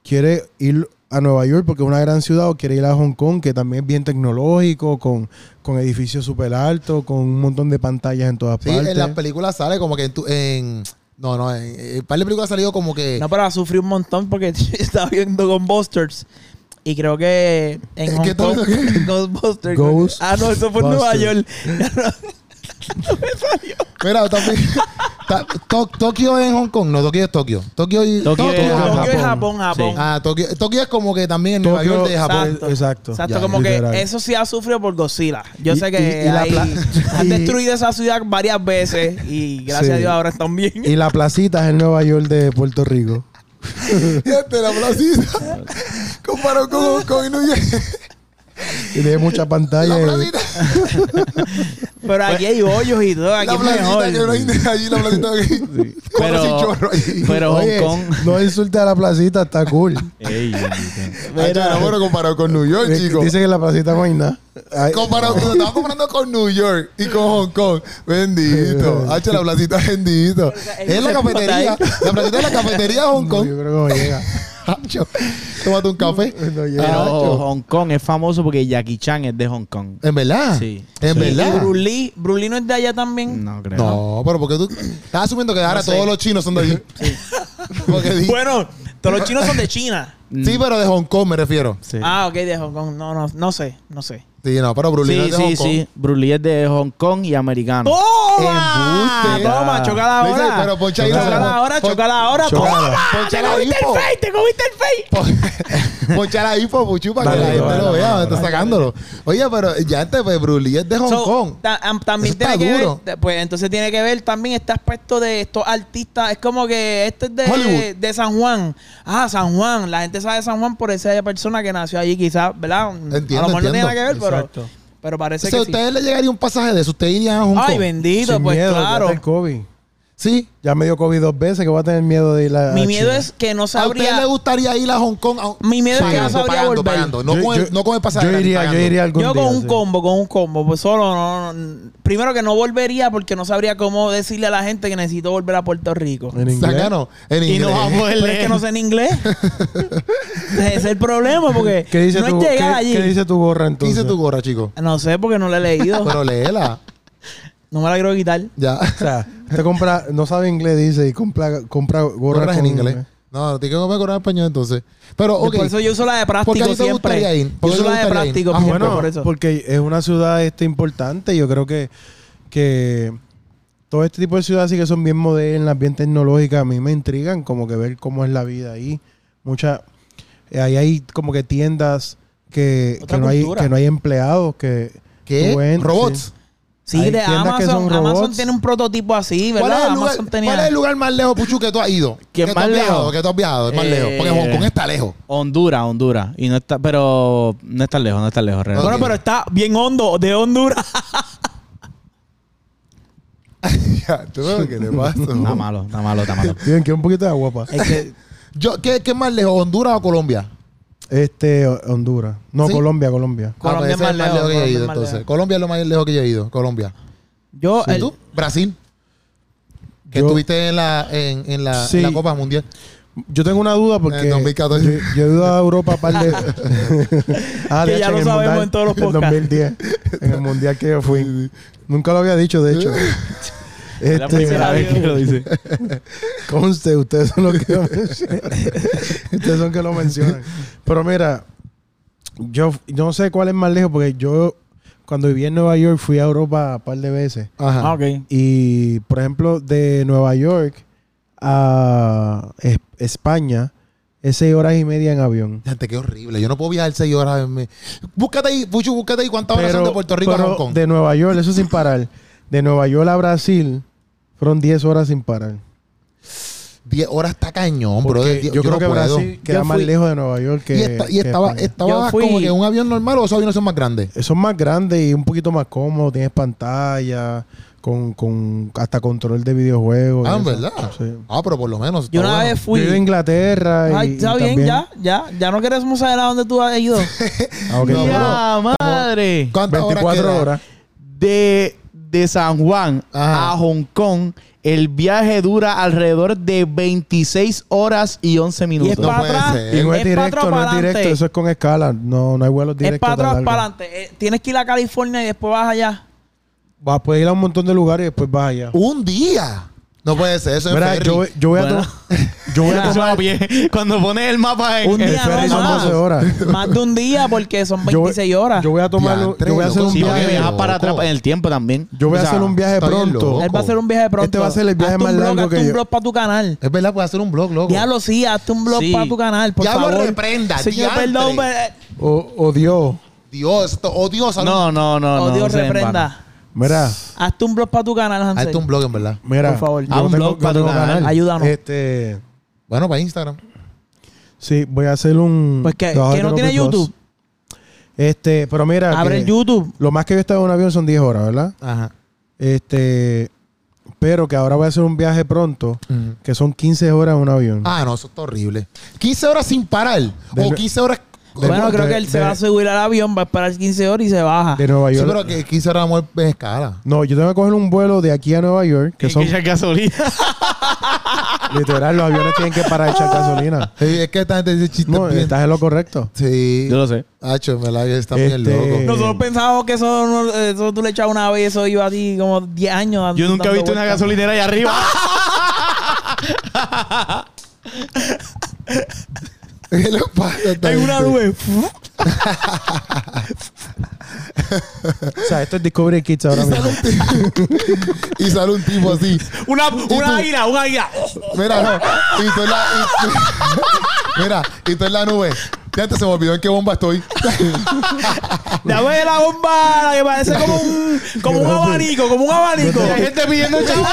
D: quiere ir a Nueva York porque es una gran ciudad o quiere ir a Hong Kong, que también es bien tecnológico, con, con edificios súper altos, con un montón de pantallas en todas
C: Sí,
D: partes.
C: en las películas sale como que en. tu- en- no, no, en, en un par de películas ha salido como que.
B: No, pero sufrí un montón porque yo estaba viendo Ghostbusters. Y creo que en
C: ¿Qué tal?
B: Hong Kong, Ghostbusters.
D: Ghost
B: ah, no, eso fue en Nueva
D: Busters.
B: York.
C: Mira, también. Ta- To- Tokio es Hong Kong. No, Tokio es Tokio. Tokio y
A: Tokio
B: Tokio,
A: es
B: Tokio
D: Japón.
B: es Japón, Japón.
A: Sí.
C: Ah, Tokio. Tokio es como que también en Nueva
D: Tokio-
C: York de Japón.
D: Exacto. Exacto.
B: Exacto,
C: Ya,
B: como
D: literal.
B: que eso sí ha sufrido por Godzilla. Yo
D: Y-
B: sé
D: y-
B: que
D: y la
B: ahí
D: pla-
B: han
D: y-
B: destruido esa ciudad varias veces y gracias
D: Sí.
B: a Dios ahora están bien.
D: Y la placita es en Nueva York de Puerto Rico.
C: Fíjate, Este, la placita. Comparado con Hong Kong y New York.
D: Y tiene mucha
C: La
D: pantalla. y-
C: placita.
B: Pero aquí hay hoyos y todo, aquí
C: pues, La
B: es mejor.
C: placita que no hay de allí. La placita que corre sin
A: Pero,
C: chorro allí.
A: pero Hong
D: Oye,
A: Kong.
D: No insulte a la placita, está cool.
A: Ey, bendito.
C: Pero, Ah, bueno, comparado con New York, chicos.
D: Dice que en la placita no hay nada.
A: Eh,
D: Ay,
C: Comparado, lo estamos comparando con New York y con Hong Kong.
A: Eh,
C: Bendito. Hacho, la placita bendito. Es la cafetería. La placita es la cafetería de Hong
D: no,
C: Kong.
D: yo creo que no llega.
C: Hacho, tómate un café.
D: No llega.
A: Pero
C: Hacho.
A: Hong Kong es famoso porque Jackie Chan es de Hong Kong.
D: Eh,
C: ¿En verdad?
A: Sí.
C: ¿En
A: Sí.
B: Y
C: verdad?
B: Bruce Lee, Bruce Lee no es de allá también.
A: No creo.
C: No, pero porque tú estás asumiendo que ahora
B: No sé.
C: todos los chinos son de allí. Sí. Porque di-
B: Bueno, todos los chinos son de China.
C: sí, pero de Hong Kong me refiero.
A: Mm. Sí.
B: Ah, ok, de Hong Kong. No, no, no sé, no sé.
C: Sí, no, pero Bruce Lee no
A: sí,
C: es de Hong
A: sí,
C: Kong.
A: sí. Bruce Lee es de Hong Kong y americano.
B: ¡Toma!
C: Embuste.
B: Toma, chocala
C: Le dice,
B: ahora.
C: pero poncha ahí la-
B: Chocala ahora,
C: pon-
B: chocala ahora.
D: chocala.
B: ¡Toma! ¡Te
C: Poncha la
B: comiste el
C: hipo.
B: face! ¡Te comiste el face!
C: Ponchar ahí, Puchu, para que la
D: Dale,
C: gente
D: dale,
C: lo vea,
D: dale,
C: está
D: dale.
C: sacándolo. Oye, pero ya te, pues, Bruce Lee es de Hong
B: So,
C: Kong.
B: ta- am- también
C: Eso está
B: tiene que
C: duro.
B: ver, pues entonces tiene que ver también este aspecto de estos artistas. Es como que este es de,
C: Hollywood.
B: de San Juan. Ah, San Juan. La gente sabe de San Juan por esa persona que nació allí, quizás, ¿verdad?
C: Entiendo,
B: a lo mejor no tiene
C: entiendo.
B: nada que ver, pero,
D: Exacto.
B: pero
C: O
B: parece
C: sea, a
B: que sí.
C: ustedes le llegaría un pasaje de eso, ustedes irían a Hong Kong.
B: Ay, bendito,
D: Sin
B: pues
D: miedo,
B: claro.
D: ya está el COVID.
C: Sí.
D: Ya me dio COVID dos veces, que voy a tener miedo de ir a.
B: Mi
D: Ah, a
B: miedo
D: China.
B: es que no
C: ¿A ustedes
B: sabría.
C: les gustaría ir a Hong Kong? A-
B: Mi miedo es que no sabría
C: pagando,
B: volver.
C: pagando. No,
D: Yo-
C: con el,
D: yo-
C: no con el pasaje.
D: Yo
C: gratis,
D: iría, yo
C: pagando.
D: iría algún
B: Yo
D: día,
B: con un
D: sí.
B: combo, con un combo, pues solo no, no- Primero que no volvería porque no sabría cómo decirle a la gente que necesito volver a Puerto Rico.
D: En inglés.
C: Sacano, en
A: Y
C: inglés.
A: no vamos a poder
B: Pero es que
A: leer.
B: no sé en inglés. Ese es el problema, porque
D: ¿Qué dice,
B: no
D: tu,
B: es llegar
D: qué-
B: allí.
D: qué dice tu gorra
C: ¿Qué
D: entonces?
C: dice tu gorra, chico?
B: No sé, porque no la he leído.
C: Pero léela.
B: no me la quiero quitar.
C: Ya.
D: O sea, te compra, no sabe inglés, dice, y compra, compra gorras
C: Gorras en
D: con-
C: inglés. No, no, tienes que comprar en español entonces. Pero,
B: Yo
C: ok.
B: Por eso yo uso la de práctico
C: Porque a ti te gustaría
B: siempre.
C: ir.
B: Yo
C: Porque
B: uso
C: te
B: la de
C: gustaría ir.
B: práctico
C: Ah,
B: siempre,
D: bueno,
B: por eso.
D: porque es una ciudad este importante. Yo creo que, que todo este tipo de ciudades sí que son bien modernas, bien tecnológicas. A mí me intrigan como que ver cómo es la vida ahí. Mucha, eh, ahí hay como que tiendas que,
B: Otra
D: que, no, hay,
B: cultura.
D: que no hay empleados, que
C: ¿Qué?
D: tú entras,
C: Robots.
B: Sí,
D: hay
B: de
D: tiendas que
B: Amazon.
D: son
B: Amazon
D: robots.
B: tiene un prototipo así,
C: ¿Cuál, es el
B: ¿verdad?
C: lugar,
B: Amazon
C: cuál es
B: tenía.
C: el lugar más lejos, Puchu, que tú has ido?
A: ¿Qué
C: que tú
A: más
C: has viajado,
A: lejos?
C: que tú has viajado, es más
A: Eh,
C: lejos. Porque Hong Kong está lejos.
A: Honduras, Honduras. Y no está, pero no está lejos, no está lejos realmente.
B: Bueno,
C: Ok.
B: pero está bien hondo, de Honduras.
C: Ah, Ya, ¿tú ves lo que le pasa?
A: Está malo, está malo, está malo.
D: Bien, que un poquito de agua, pa.
B: Es que-
C: Yo, ¿qué, ¿Qué más lejos, Honduras o Colombia?
D: Este, Ho- Honduras. No,
C: ¿Sí?
D: Colombia, Colombia.
C: Ah, pues
B: Colombia
C: ese
B: es más
C: el
B: lejos.
C: que yo he
B: Colombia
C: ido,
B: es más
C: entonces.
B: lejos.
C: Colombia es lo más lejos que yo he ido, Colombia.
B: Yo,
C: ¿Y
B: el-
C: tú? Brasil, que
D: Yo-
C: estuviste en la, en, en la,
D: Sí.
C: en la Copa Mundial.
D: Yo tengo una duda porque
C: En 2014.
D: yo, yo he ido a Europa par de ah,
B: Que ya
D: hecho,
B: lo
D: el
B: sabemos en todos los podcasts.
D: 2010, en el mundial que yo fui. Nunca lo había dicho, de hecho.
A: Es la primera vez que
D: Este,
A: lo dice.
D: conste, ustedes son los que lo mencionan. ustedes son que lo mencionan. Pero mira, yo f- no sé cuál es más lejos porque yo cuando viví en Nueva York fui a Europa un par de veces.
B: Ah,
C: Ajá.
B: ok.
D: Y, por ejemplo, de Nueva York a Es- España, es seis horas y media en avión.
C: Gente, qué horrible. Yo no puedo viajar seis horas. en mi- Búscate ahí, Puchu, búscate ahí cuántas horas son de Puerto Rico
D: pero
C: a Hong Kong.
D: de Nueva York, eso sin parar. De Nueva York a Brasil, fueron 10 horas sin parar.
C: Diez horas está cañón, bro.
D: Porque
C: Yo,
D: yo, creo
C: no
D: que
C: puedo.
D: Brasil queda
B: Yo
D: más
B: fui-
D: lejos de Nueva York que.
C: y esta- y
D: que
C: estaba,
D: España.
C: estaba
B: Yo fui-
C: como que un avión normal o esos aviones son más grandes.
D: Son más grandes y un poquito más cómodos. Tienes pantalla, con, con hasta control de videojuegos. y
C: Ah, en
D: eso.
C: ¿verdad?
D: Sí.
C: Ah, pero por lo menos. está
B: Yo una
C: bueno.
B: vez
D: Yo he ido a
B: fui.
D: Inglaterra.
B: Ay,
D: y-
B: Ah, está
D: y
B: bien,
D: también-
B: ya, ya, ya no queremos saber a dónde tú has ido.
D: Ah, ok.
C: No, bro.
A: ¡Ya, madre!
C: ¿Cuántas
D: 24
C: queda?
D: horas.
A: De, de San Juan
C: Ajá.
A: a Hong Kong, el viaje dura alrededor de 26 horas y
B: Y
A: 11
B: es
A: minutos.
C: No
B: para
C: puede
B: atrás.
C: ser.
D: Y no es,
B: es para
D: directo,
B: atrás,
D: no
B: para
D: es directo,
B: adelante.
D: eso es con escala. No, no hay vuelos
B: Es
D: directos.
B: para
D: tan
B: atrás, para
D: largos.
B: adelante. Eh, tienes que ir a California y después vas allá.
D: Vas, puedes ir a un montón de lugares y después vas allá.
C: Un día. No puede ser, eso es
D: Mira,
C: ferry.
D: yo, yo voy a
A: Bueno.
D: to- yo voy a
A: Eso va
D: tomar.
A: bien. Cuando pones el mapa en
B: Un
A: en-
D: El
B: día
D: ferry
B: no
D: son
B: más.
D: 12 horas.
B: Más de un día porque son
D: Yo,
B: 26 horas.
D: yo voy a tomar. un-
C: Diantre,
D: Yo voy a hacer
C: loco.
D: un
A: Sí, porque
D: viaje.
A: viaja para atrás en el tiempo también.
D: Yo voy a
A: O sea,
D: hacer un viaje
C: está bien
D: pronto.
C: loco.
B: Él va a hacer un viaje pronto.
D: Este va a ser el viaje
B: Hazte
D: más
B: un blog,
D: largo que
B: hazte
D: yo-
B: un blog para tu canal.
C: Es verdad, puede hacer un blog, loco.
B: Diablo, sí, hazte un blog
A: Sí.
B: para tu canal, por
C: Diablo,
B: favor.
C: reprenda,
B: Señor,
C: diantre.
B: perdón, pero- eh,
D: O, o Dios.
C: Dios, esto odioso.
A: No, no, no.
B: oh,
A: no,
B: Dios
A: no se
B: reprenda.
A: embana.
D: Mira,
B: Hazte un blog para tu canal, Hansel.
C: Hazte un blog, en verdad.
D: mira.
B: Por favor.
D: yo
A: Haz un
D: tengo-
A: blog
D: yo
A: para tu
D: tengo
A: canal.
B: Ayúdanos.
D: Este,
C: Bueno, para Instagram.
D: sí, voy a hacer un.
B: Pues
D: voy
B: que-
D: a
B: que
D: hacer
B: no
D: un
B: tiene
D: blog.
B: YouTube.
D: Este, pero mira.
B: Abre
D: que
B: el YouTube.
D: Lo más que yo he estado en un avión son 10 horas, ¿verdad?
C: Ajá.
D: Este, pero que ahora voy a hacer un viaje pronto, que son 15 horas en un avión.
C: Ah, no, eso está horrible. 15 horas sin parar.
D: Del-
C: o 15 horas.
B: bueno,
D: de-
B: creo que él se
D: de-
B: va a subir al avión, va a esperar 15 horas y se baja.
D: De Nueva
C: Sí,
D: York.
C: pero que 15 horas vamos en escala.
D: No, yo tengo que coger un vuelo de aquí a Nueva York, que
A: Que
D: son
A: echar gasolina.
D: literal, los aviones tienen que parar de echar gasolina.
C: Sí, es que esta gente dice chistes
D: No,
C: bien.
D: estás en lo correcto.
C: Sí.
A: Yo lo sé.
C: Hacho, en verdad que está bien
D: Este-
C: loco.
B: Nosotros pensábamos que eso, no- eso tú le echabas una vez, eso iba así como 10 años. dando-
A: Yo nunca he
B: dando
A: visto una
B: vueltas.
A: gasolinera allá arriba.
C: ¿Qué le pasa a esta
B: En una
C: gente?
B: nube.
D: O sea, esto es Discovery Kids ahora mismo.
C: Y sale un tipo así.
A: una
C: tú?
A: una águila, una águila.
C: Mira, no. Y tú en la. y tú- mira, y tú en la nube. Ya te se me olvidó en qué bomba estoy.
B: La ve la bomba, la que parece como un, como un abanico, como un abanico.
A: Y hay gente pidiendo chavos.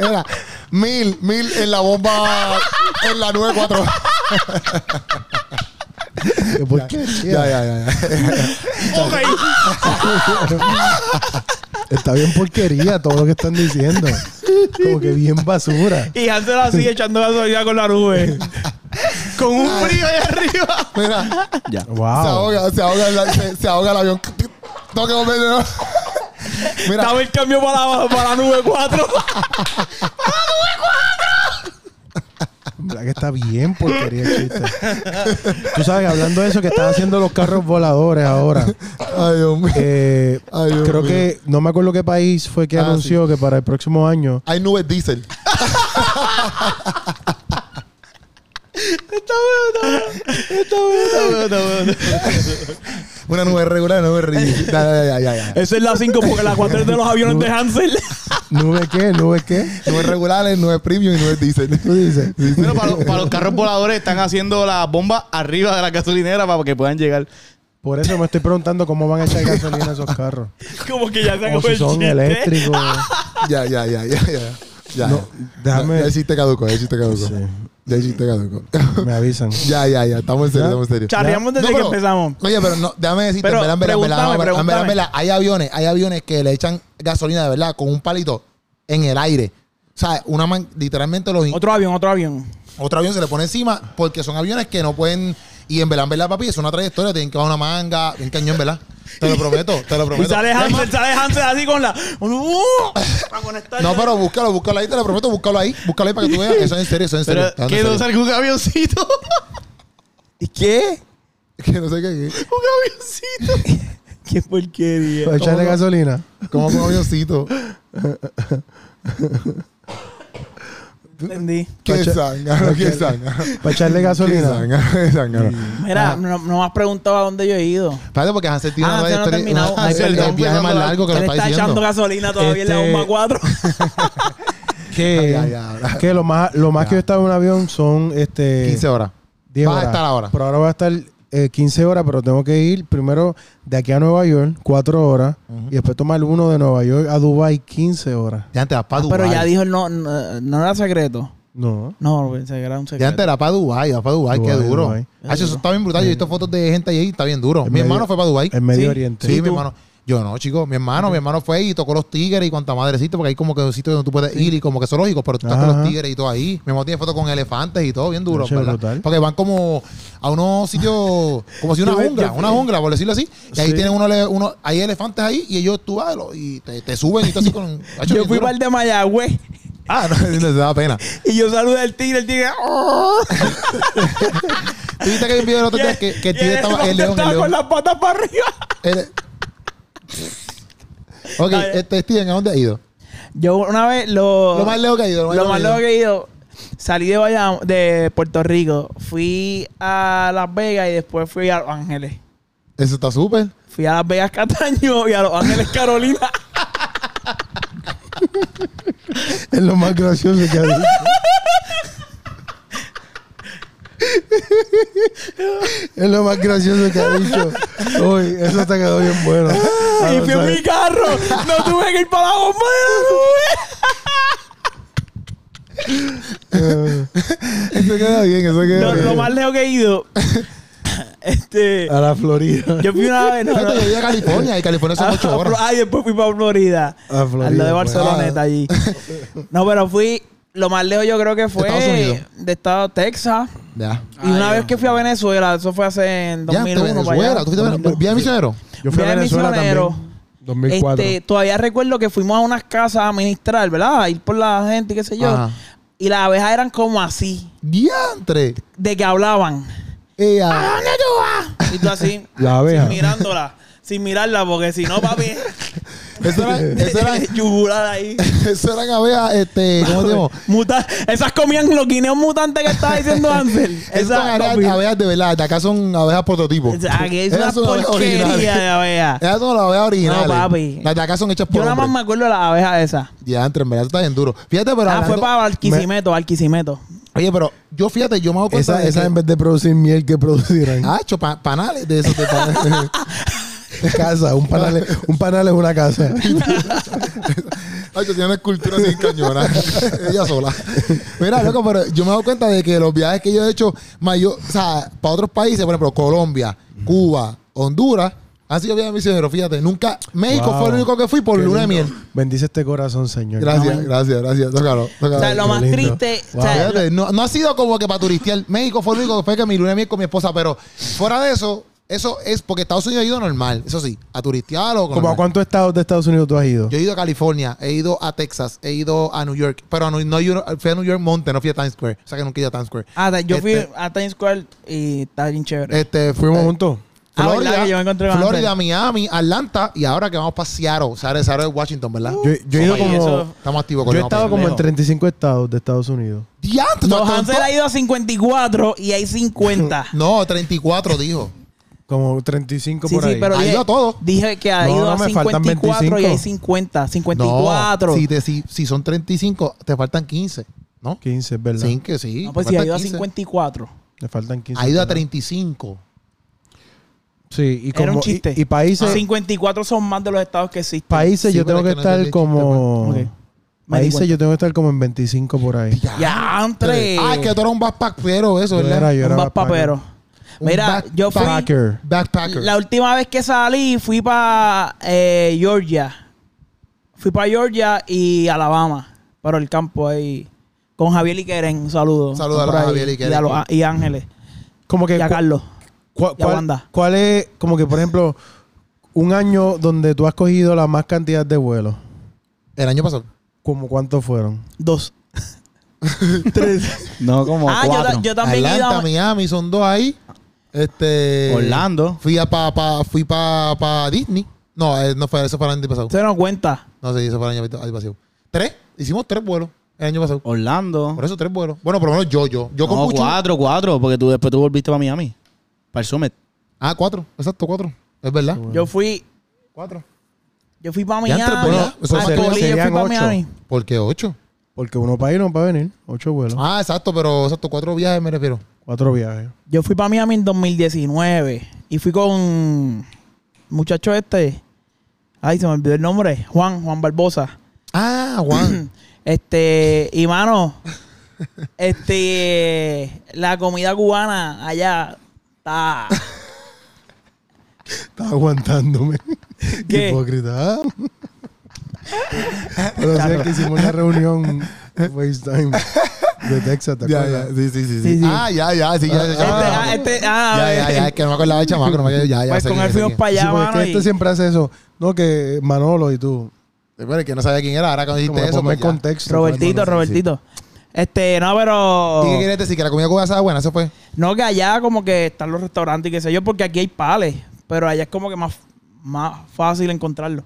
C: Mira, mil, mil en la bomba. En la nube 4.
D: ¿Por qué?
C: Ya, ya, ya. ya.
A: Ok.
D: Está bien porquería todo lo que están diciendo. Como que bien basura.
B: Y Hansel así echando gasolina con la nube.
A: Con un frío allá arriba.
C: Mira, se
D: Wow.
C: ahoga, se ahoga, el- se, se ahoga el avión. Tengo que volver de nuevo. Mira,
B: Estaba el cambio para la, para la nube 4.
D: En verdad que está bien porquería el chiste. Tú sabes, hablando de eso, que están haciendo los carros voladores ahora.
C: ay, Dios mío.
D: Eh,
C: Ay, Dios
D: creo
C: mío.
D: que, no me acuerdo qué país fue que
C: Ah,
D: anunció que para el próximo año
C: Hay nubes diésel. Una nube regular, una nube ridícula. Eh, Ya, ya, ya, ya, ya.
B: Esa es la 5 porque la 4 es de los aviones de Hansel.
D: ¿Nube qué? ¿Nube qué?
C: Eh, Nubes regulares, nubes premium y nubes diésel.
D: Tú dices.
A: Bueno, para, los- para los carros voladores están haciendo las bombas arriba de la gasolinera para que puedan llegar.
D: Por eso me estoy preguntando cómo van a echar gasolina esos carros.
B: Como que ya se
D: O
B: acabó
D: si
B: el
D: son
B: chiste.
D: eléctricos.
C: Ya, ya, ya, ya, ya. Ya,
D: No,
C: ya.
D: déjame-
C: Ya, ya hiciste caduco, ya hiciste caduco.
D: Sí.
C: Ya hiciste caduco.
D: Me avisan.
C: ya, ya, ya. Estamos en serio,
D: ¿Ya?
C: estamos en serio.
B: Charreamos desde que empezamos.
C: Oye, pero no, déjame decirte,
B: Pero
C: en verdad, en verdad, en verdad, en verdad, en verdad, en
B: pregúntame,
C: verdad, hay aviones, hay aviones que le echan gasolina de verdad con un palito en el aire. O sea, una man- literalmente los,
B: Otro avión, otro avión.
C: otro avión se le pone encima porque son aviones que no pueden. Y en verdad, en verdad, papi, es una trayectoria, tienen que bajar una manga, un cañón, ¿verdad? Te lo prometo, te lo
B: Y
C: prometo.
B: sale
C: Es más,
B: Hansel, sale Hansel así con la. ¡Uh! Para conectar.
C: No, pero búscalo, búscalo ahí, te lo prometo, búscalo ahí, búscalo ahí para que tú veas. Eso es en serio, eso es en serio.
A: Pero
C: Está en
A: que
C: serio.
A: no salga un avioncito.
B: ¿Y ¿Qué?
C: Que no sé qué.
A: Un avioncito.
B: ¡Qué porquería!
D: Para echarle
C: no?
D: gasolina.
C: Como un avioncito.
B: Entendí.
C: Qué
D: Pacha-
C: zángano, qué zángano.
D: Para echarle
C: Qué
D: gasolina.
C: zángano, qué zángano.
B: Mira, no, no me has preguntado a dónde yo he ido.
C: Espérate, porque Hansel Ah. tiene
B: Ah,
C: una
B: Hansel no ha
C: trayectoria.
B: terminado.
C: una- Hansel,
A: Hansel,
C: el viaje
A: estamos
C: más
A: hablando-
C: largo que
B: Él
C: lo
B: está
C: está
B: echando
C: diciendo.
B: gasolina todavía en la
D: Este-
B: bomba 4.
D: Que,
C: Ya, ya, ya.
D: que lo más, lo más
C: Ya.
D: que yo he estado en un avión son este,
C: 15 horas.
D: 10
C: Vas a
D: horas.
C: estar ahora.
D: Pero ahora voy a estar eh, 15 horas, pero tengo que ir primero de aquí a Nueva York, 4 horas. Y después tomar uno de Nueva York a Dubai 15 horas.
C: Ya antes era para Dubái.
B: Ah, Pero ya dijo, el no, no, no era secreto.
D: No.
B: No, pensé que era un
C: Ya
B: secreto.
C: antes era para Dubái, ya para Dubái, qué
D: Dubái,
C: duro.
D: Dubái.
C: Ah, eso está bien brutal. Yo he visto fotos de gente ahí, está bien duro.
D: En
C: Mi
D: medio-
C: hermano fue para Dubái.
D: En Medio
B: Sí.
D: Oriente.
C: Sí,
B: ¿Y
C: mi
B: tú?
C: hermano. Yo no, chicos. Mi hermano, mi hermano fue y tocó los tigres y cuanta madrecito, porque hay como que un sitio donde tú puedes ir y como que zoológicos, pero tú estás con
D: Ajá.
C: los tigres y todo ahí. Mi hermano tiene fotos con elefantes y todo, bien duro,
D: Noche
C: ¿verdad?
D: brutal.
C: Porque van como a unos sitios, como si una
D: Yo- yo
C: jungla,
D: fui-
C: una jungla, por decirlo así. Y ahí
D: Sí.
C: tienen uno, ele- uno- hay elefantes ahí y ellos tú vas lo- y te, te suben y tú así con. Hacho,
B: Yo
C: bien
B: fui
C: duro.
B: para el de Mayagüez
C: Ah, no, les da pena.
B: y yo saludé al tigre, el tigre. "Oh".
C: ¿Tú viste que hay un video el otro día que, que el
B: Y
C: tigre estaba el león, el
B: estaba con
C: león.
B: las patas para arriba.
C: el- Ok,
B: Dale. eh.
C: este Steven, ¿a dónde ha ido?
B: Yo una vez lo.
C: Lo más lejos que he ido.
B: lo más lejos que he ido. Salí de Bayam- de Puerto Rico, fui a Las Vegas y después fui a Los Ángeles.
C: que... Eso está súper.
B: Fui a Las Vegas Cataño y a Los Ángeles Carolina.
D: Es lo más gracioso que ha dicho. es lo más gracioso que ha dicho. Uy, eso te quedó bien bueno. Ah,
B: y
D: o
B: fui
D: sea,
B: en mi carro. No tuve que ir para la bomba de
D: eh, eso queda bien, eso
B: la
D: queda
B: nube. Lo,
D: bien.
B: lo más lejos que he ido. este.
D: A la Florida.
B: Yo fui una vez. No,
C: Ah. Fíjate,
B: no.
C: yo viví a California y California
B: Ah,
C: son ocho horas.
B: Ay, después fui para Florida.
D: A Florida,
B: al lado de
D: pues.
B: Barceloneta
C: Ah.
B: allí. No, pero fui. Lo más lejos yo creo que fue
C: Estados Unidos.
B: de Estado Texas.
C: Ah, Ya.
B: Y una vez que fui a Venezuela, eso fue hace en
C: Ya, te
B: 2001 para allá.
C: Venezuela. ¿Tú fuiste a Venezuela? ¿Vía misionero?
D: Yo fui a
B: Viaje
D: Venezuela
B: misionero.
D: también. 2004.
B: Este, todavía recuerdo que fuimos a unas casas a ministrar, ¿verdad? A ir por la gente, qué sé yo.
C: Ajá.
B: Y las abejas eran como así,
C: ¡Diantre! Eh,
B: de que hablaban.
C: Ella.
B: Y tú así,
D: La abeja.
B: sin mirándola, sin mirarla, porque si no, papi,
C: Eso era, eso era,
B: yugular ahí.
C: eso eran abejas, este, ¿cómo te digo?
B: Muta- esas comían los guineos mutantes que estaba diciendo Ansel.
C: Esas
B: Esas
C: eran abejas, abejas de verdad, de acá son abejas prototipo.
B: Aquí es una
C: Esas son las
B: porquería
C: originales.
B: de abeja.
C: Esas son las abejas originales.
B: No, papi.
C: Las de acá son hechas por
B: Yo nada más me
C: hombres.
B: acuerdo de las abejas esas.
C: Diantre, en verdad eso está bien duro. Fíjate, pero
B: Ah, fue
C: hablando-
B: para Barquisimeto, Barquisimeto.
C: Oye, pero yo fíjate, yo me hago cuenta
D: Esa,
C: de
D: esa
C: que-
D: en vez de producir miel, que producirán?
C: Ah, hecho pa- panales de esos de panales.
D: casa. Un panal, es- un panal es una casa.
C: Ay, yo tenía una escultura sin cañona. Ella sola. Mira, loco, pero yo me doy cuenta de que los viajes que yo he hecho, mayor, o sea, para otros países, por ejemplo, Colombia, Cuba, Honduras, han sido viajes misioneros, fíjate. Nunca, México
D: Wow.
C: fue el único que fui por
D: Qué
C: luna de
D: lindo.
C: miel.
D: Bendice este corazón, Señor.
C: Gracias, gracias, gracias. Tócalo, tócalo.
B: O sea, lo
D: qué
B: más
D: lindo.
B: triste. o
D: Wow.
B: sea, lo-
C: Fíjate, no, no ha sido como que para turistear. México fue el único que fue que mi luna de miel con mi esposa, pero fuera de eso, eso es porque Estados Unidos ha ido normal, eso sí, a turistear o
D: ¿Como a
C: normal.
D: cuántos estados de Estados Unidos tú has ido?
C: Yo he ido a California, he ido a Texas, he ido a New York, pero no, no he ido- fui a New York Monte, no fui a Times Square. O sea que nunca he ido a Times Square.
B: Ah, yo fui
C: Este-
B: a Times Square y está bien chévere.
C: Este,
D: Fuimos
C: eh,
D: juntos.
B: Ah, ¿verdad?
C: Florida,
B: Que yo me encontré con
C: Florida,
B: Ángel.
C: Miami, Atlanta y ahora que vamos para Seattle. O sea, de Seattle es Washington, ¿verdad?
D: Yo, yo he ido
B: Sí,
D: como.
B: eso-
C: Estamos activos
D: Yo
C: con
D: he
C: el
D: estado como en 35 estados de Estados Unidos.
B: No, Hansel ha ido a 54 y hay 50.
C: No, 34 dijo.
D: Como 35
B: sí,
D: por ahí.
B: sí, pero
C: Ha
B: dije,
C: ido a todo.
B: dije que ha
D: No,
B: ido
D: no,
B: a
D: me faltan
B: 54 y hay
D: 25.
B: 50. 54.
C: No,
B: No,
C: si, te- si, si son 35, te faltan 15, ¿no?
D: 15, es verdad.
C: Sí, que sí.
B: pues
C: te
B: sí, ha
C: faltan
B: ido a
C: 15.
B: 54.
D: Me faltan 15.
C: Ha ido a
D: ¿verdad?
C: 35.
D: Sí, y como.
B: Era un
D: y-
B: chiste. Ah,
D: Y, países.
B: 54 son más de los estados que existen.
D: Países
C: Sí,
D: yo
C: pero
D: tengo que
C: es que no
D: estar
C: entendí el
D: como.
B: chiste, pues. Ok. Me di
D: Países
B: cuenta.
D: yo tengo que estar como en 25 por ahí.
B: Ya, entre.
C: Ah, es que tú eras un backpackero, eso,
D: Yo
C: ¿verdad?
D: era, yo
B: un
D: era
B: papero.
C: Un
B: Mira,
C: back-
B: yo fui.
D: backpacker.
C: Backpacker.
B: La última vez que salí fui para Georgia. Fui para Georgia y Alabama. Pero el campo ahí. Con Javier y Queren, un saludo.
C: Saludos a
B: Por
C: los
B: ahí,
C: Javier y Queren.
B: a los- y Ángeles.
D: Como que.
B: Y a
D: cu-
B: Carlos.
D: cua-
B: y a
D: cuál,
B: Wanda.
D: cuál es, como que por ejemplo, un año donde tú has cogido la más cantidad de vuelos?
C: El año pasado.
D: ¿Como cuántos fueron?
B: Dos.
A: No, como
B: ah, yo,
A: cuatro.
B: ta- yo también he ido
C: Atlanta,
B: a-
C: Miami, son dos ahí. Este.
A: Orlando.
C: Fui a pa, pa- fui pa, pa Disney. No, eh, no fue, eso fue el año pasado.
B: Usted no cuenta.
C: No sé, eso fue el año año pasado. Tres. Hicimos tres vuelos el año pasado.
A: Orlando.
C: Por eso tres vuelos. Bueno, por lo menos yo, yo. Yo con
A: No,
C: Puchu.
A: cuatro, cuatro, porque tú después tú volviste para Miami. Para el Summit.
C: Ah, cuatro. Exacto, cuatro. Es verdad.
B: Yo fui.
C: Cuatro.
B: Yo fui para
C: Ya
B: Miami.
C: entre, bueno, eso
B: a
C: sería-
B: Colí, yo fui
D: serían
B: para
D: ocho.
B: Miami.
C: ¿Por qué ocho?
D: Porque uno para ir, uno para venir. Ocho vuelos.
C: Ah, exacto, pero exacto, cuatro viajes me refiero.
D: Cuatro viajes.
B: Yo fui para Miami en 2019. Y fui con. Muchacho este. Ay, se me olvidó el nombre. Juan, Juan Barbosa.
C: Ah, Juan.
B: Este, y mano, este, la comida cubana allá está.
C: Ah.
D: Está aguantándome.
B: ¿Qué?
D: Hipócrita. ¿ah? Pero o sea, que hicimos una reunión FaceTime de Texas, ¿te
C: ya, ya,
D: acuerdas?
C: sí, sí, sí,
B: Sí,
C: sí.
B: sí.
C: Ah, ya, ya, sí, ya, ya.
B: Este,
C: ya.
B: ah, este, ah,
C: ya,
B: eh,
C: ya, ya, es que no me acordaba de chamaco, no me acordaba, ya, ya.
B: Pues
C: sé
B: con
C: quién
B: él
C: es,
B: fuimos
C: sé
B: para
D: Sí,
B: allá,
D: porque es
B: mano.
D: que
B: y-
D: este siempre hace eso. No, que Manolo y tú.
C: quién es. Pero que no sabía quién era, ahora cuando
D: Como que
C: dijiste eso,
D: ponme en
C: pues ya.
D: contexto.
B: Robertito,
D: Manolo.
B: Robertito. Este, no, pero.
C: ¿Y qué quieres decir? ¿Que la comida cubana estaba buena? ¿Eso fue?
B: No, que allá como que están los restaurantes y qué sé yo, porque aquí hay pales. Pero allá es como que más, más fácil encontrarlo.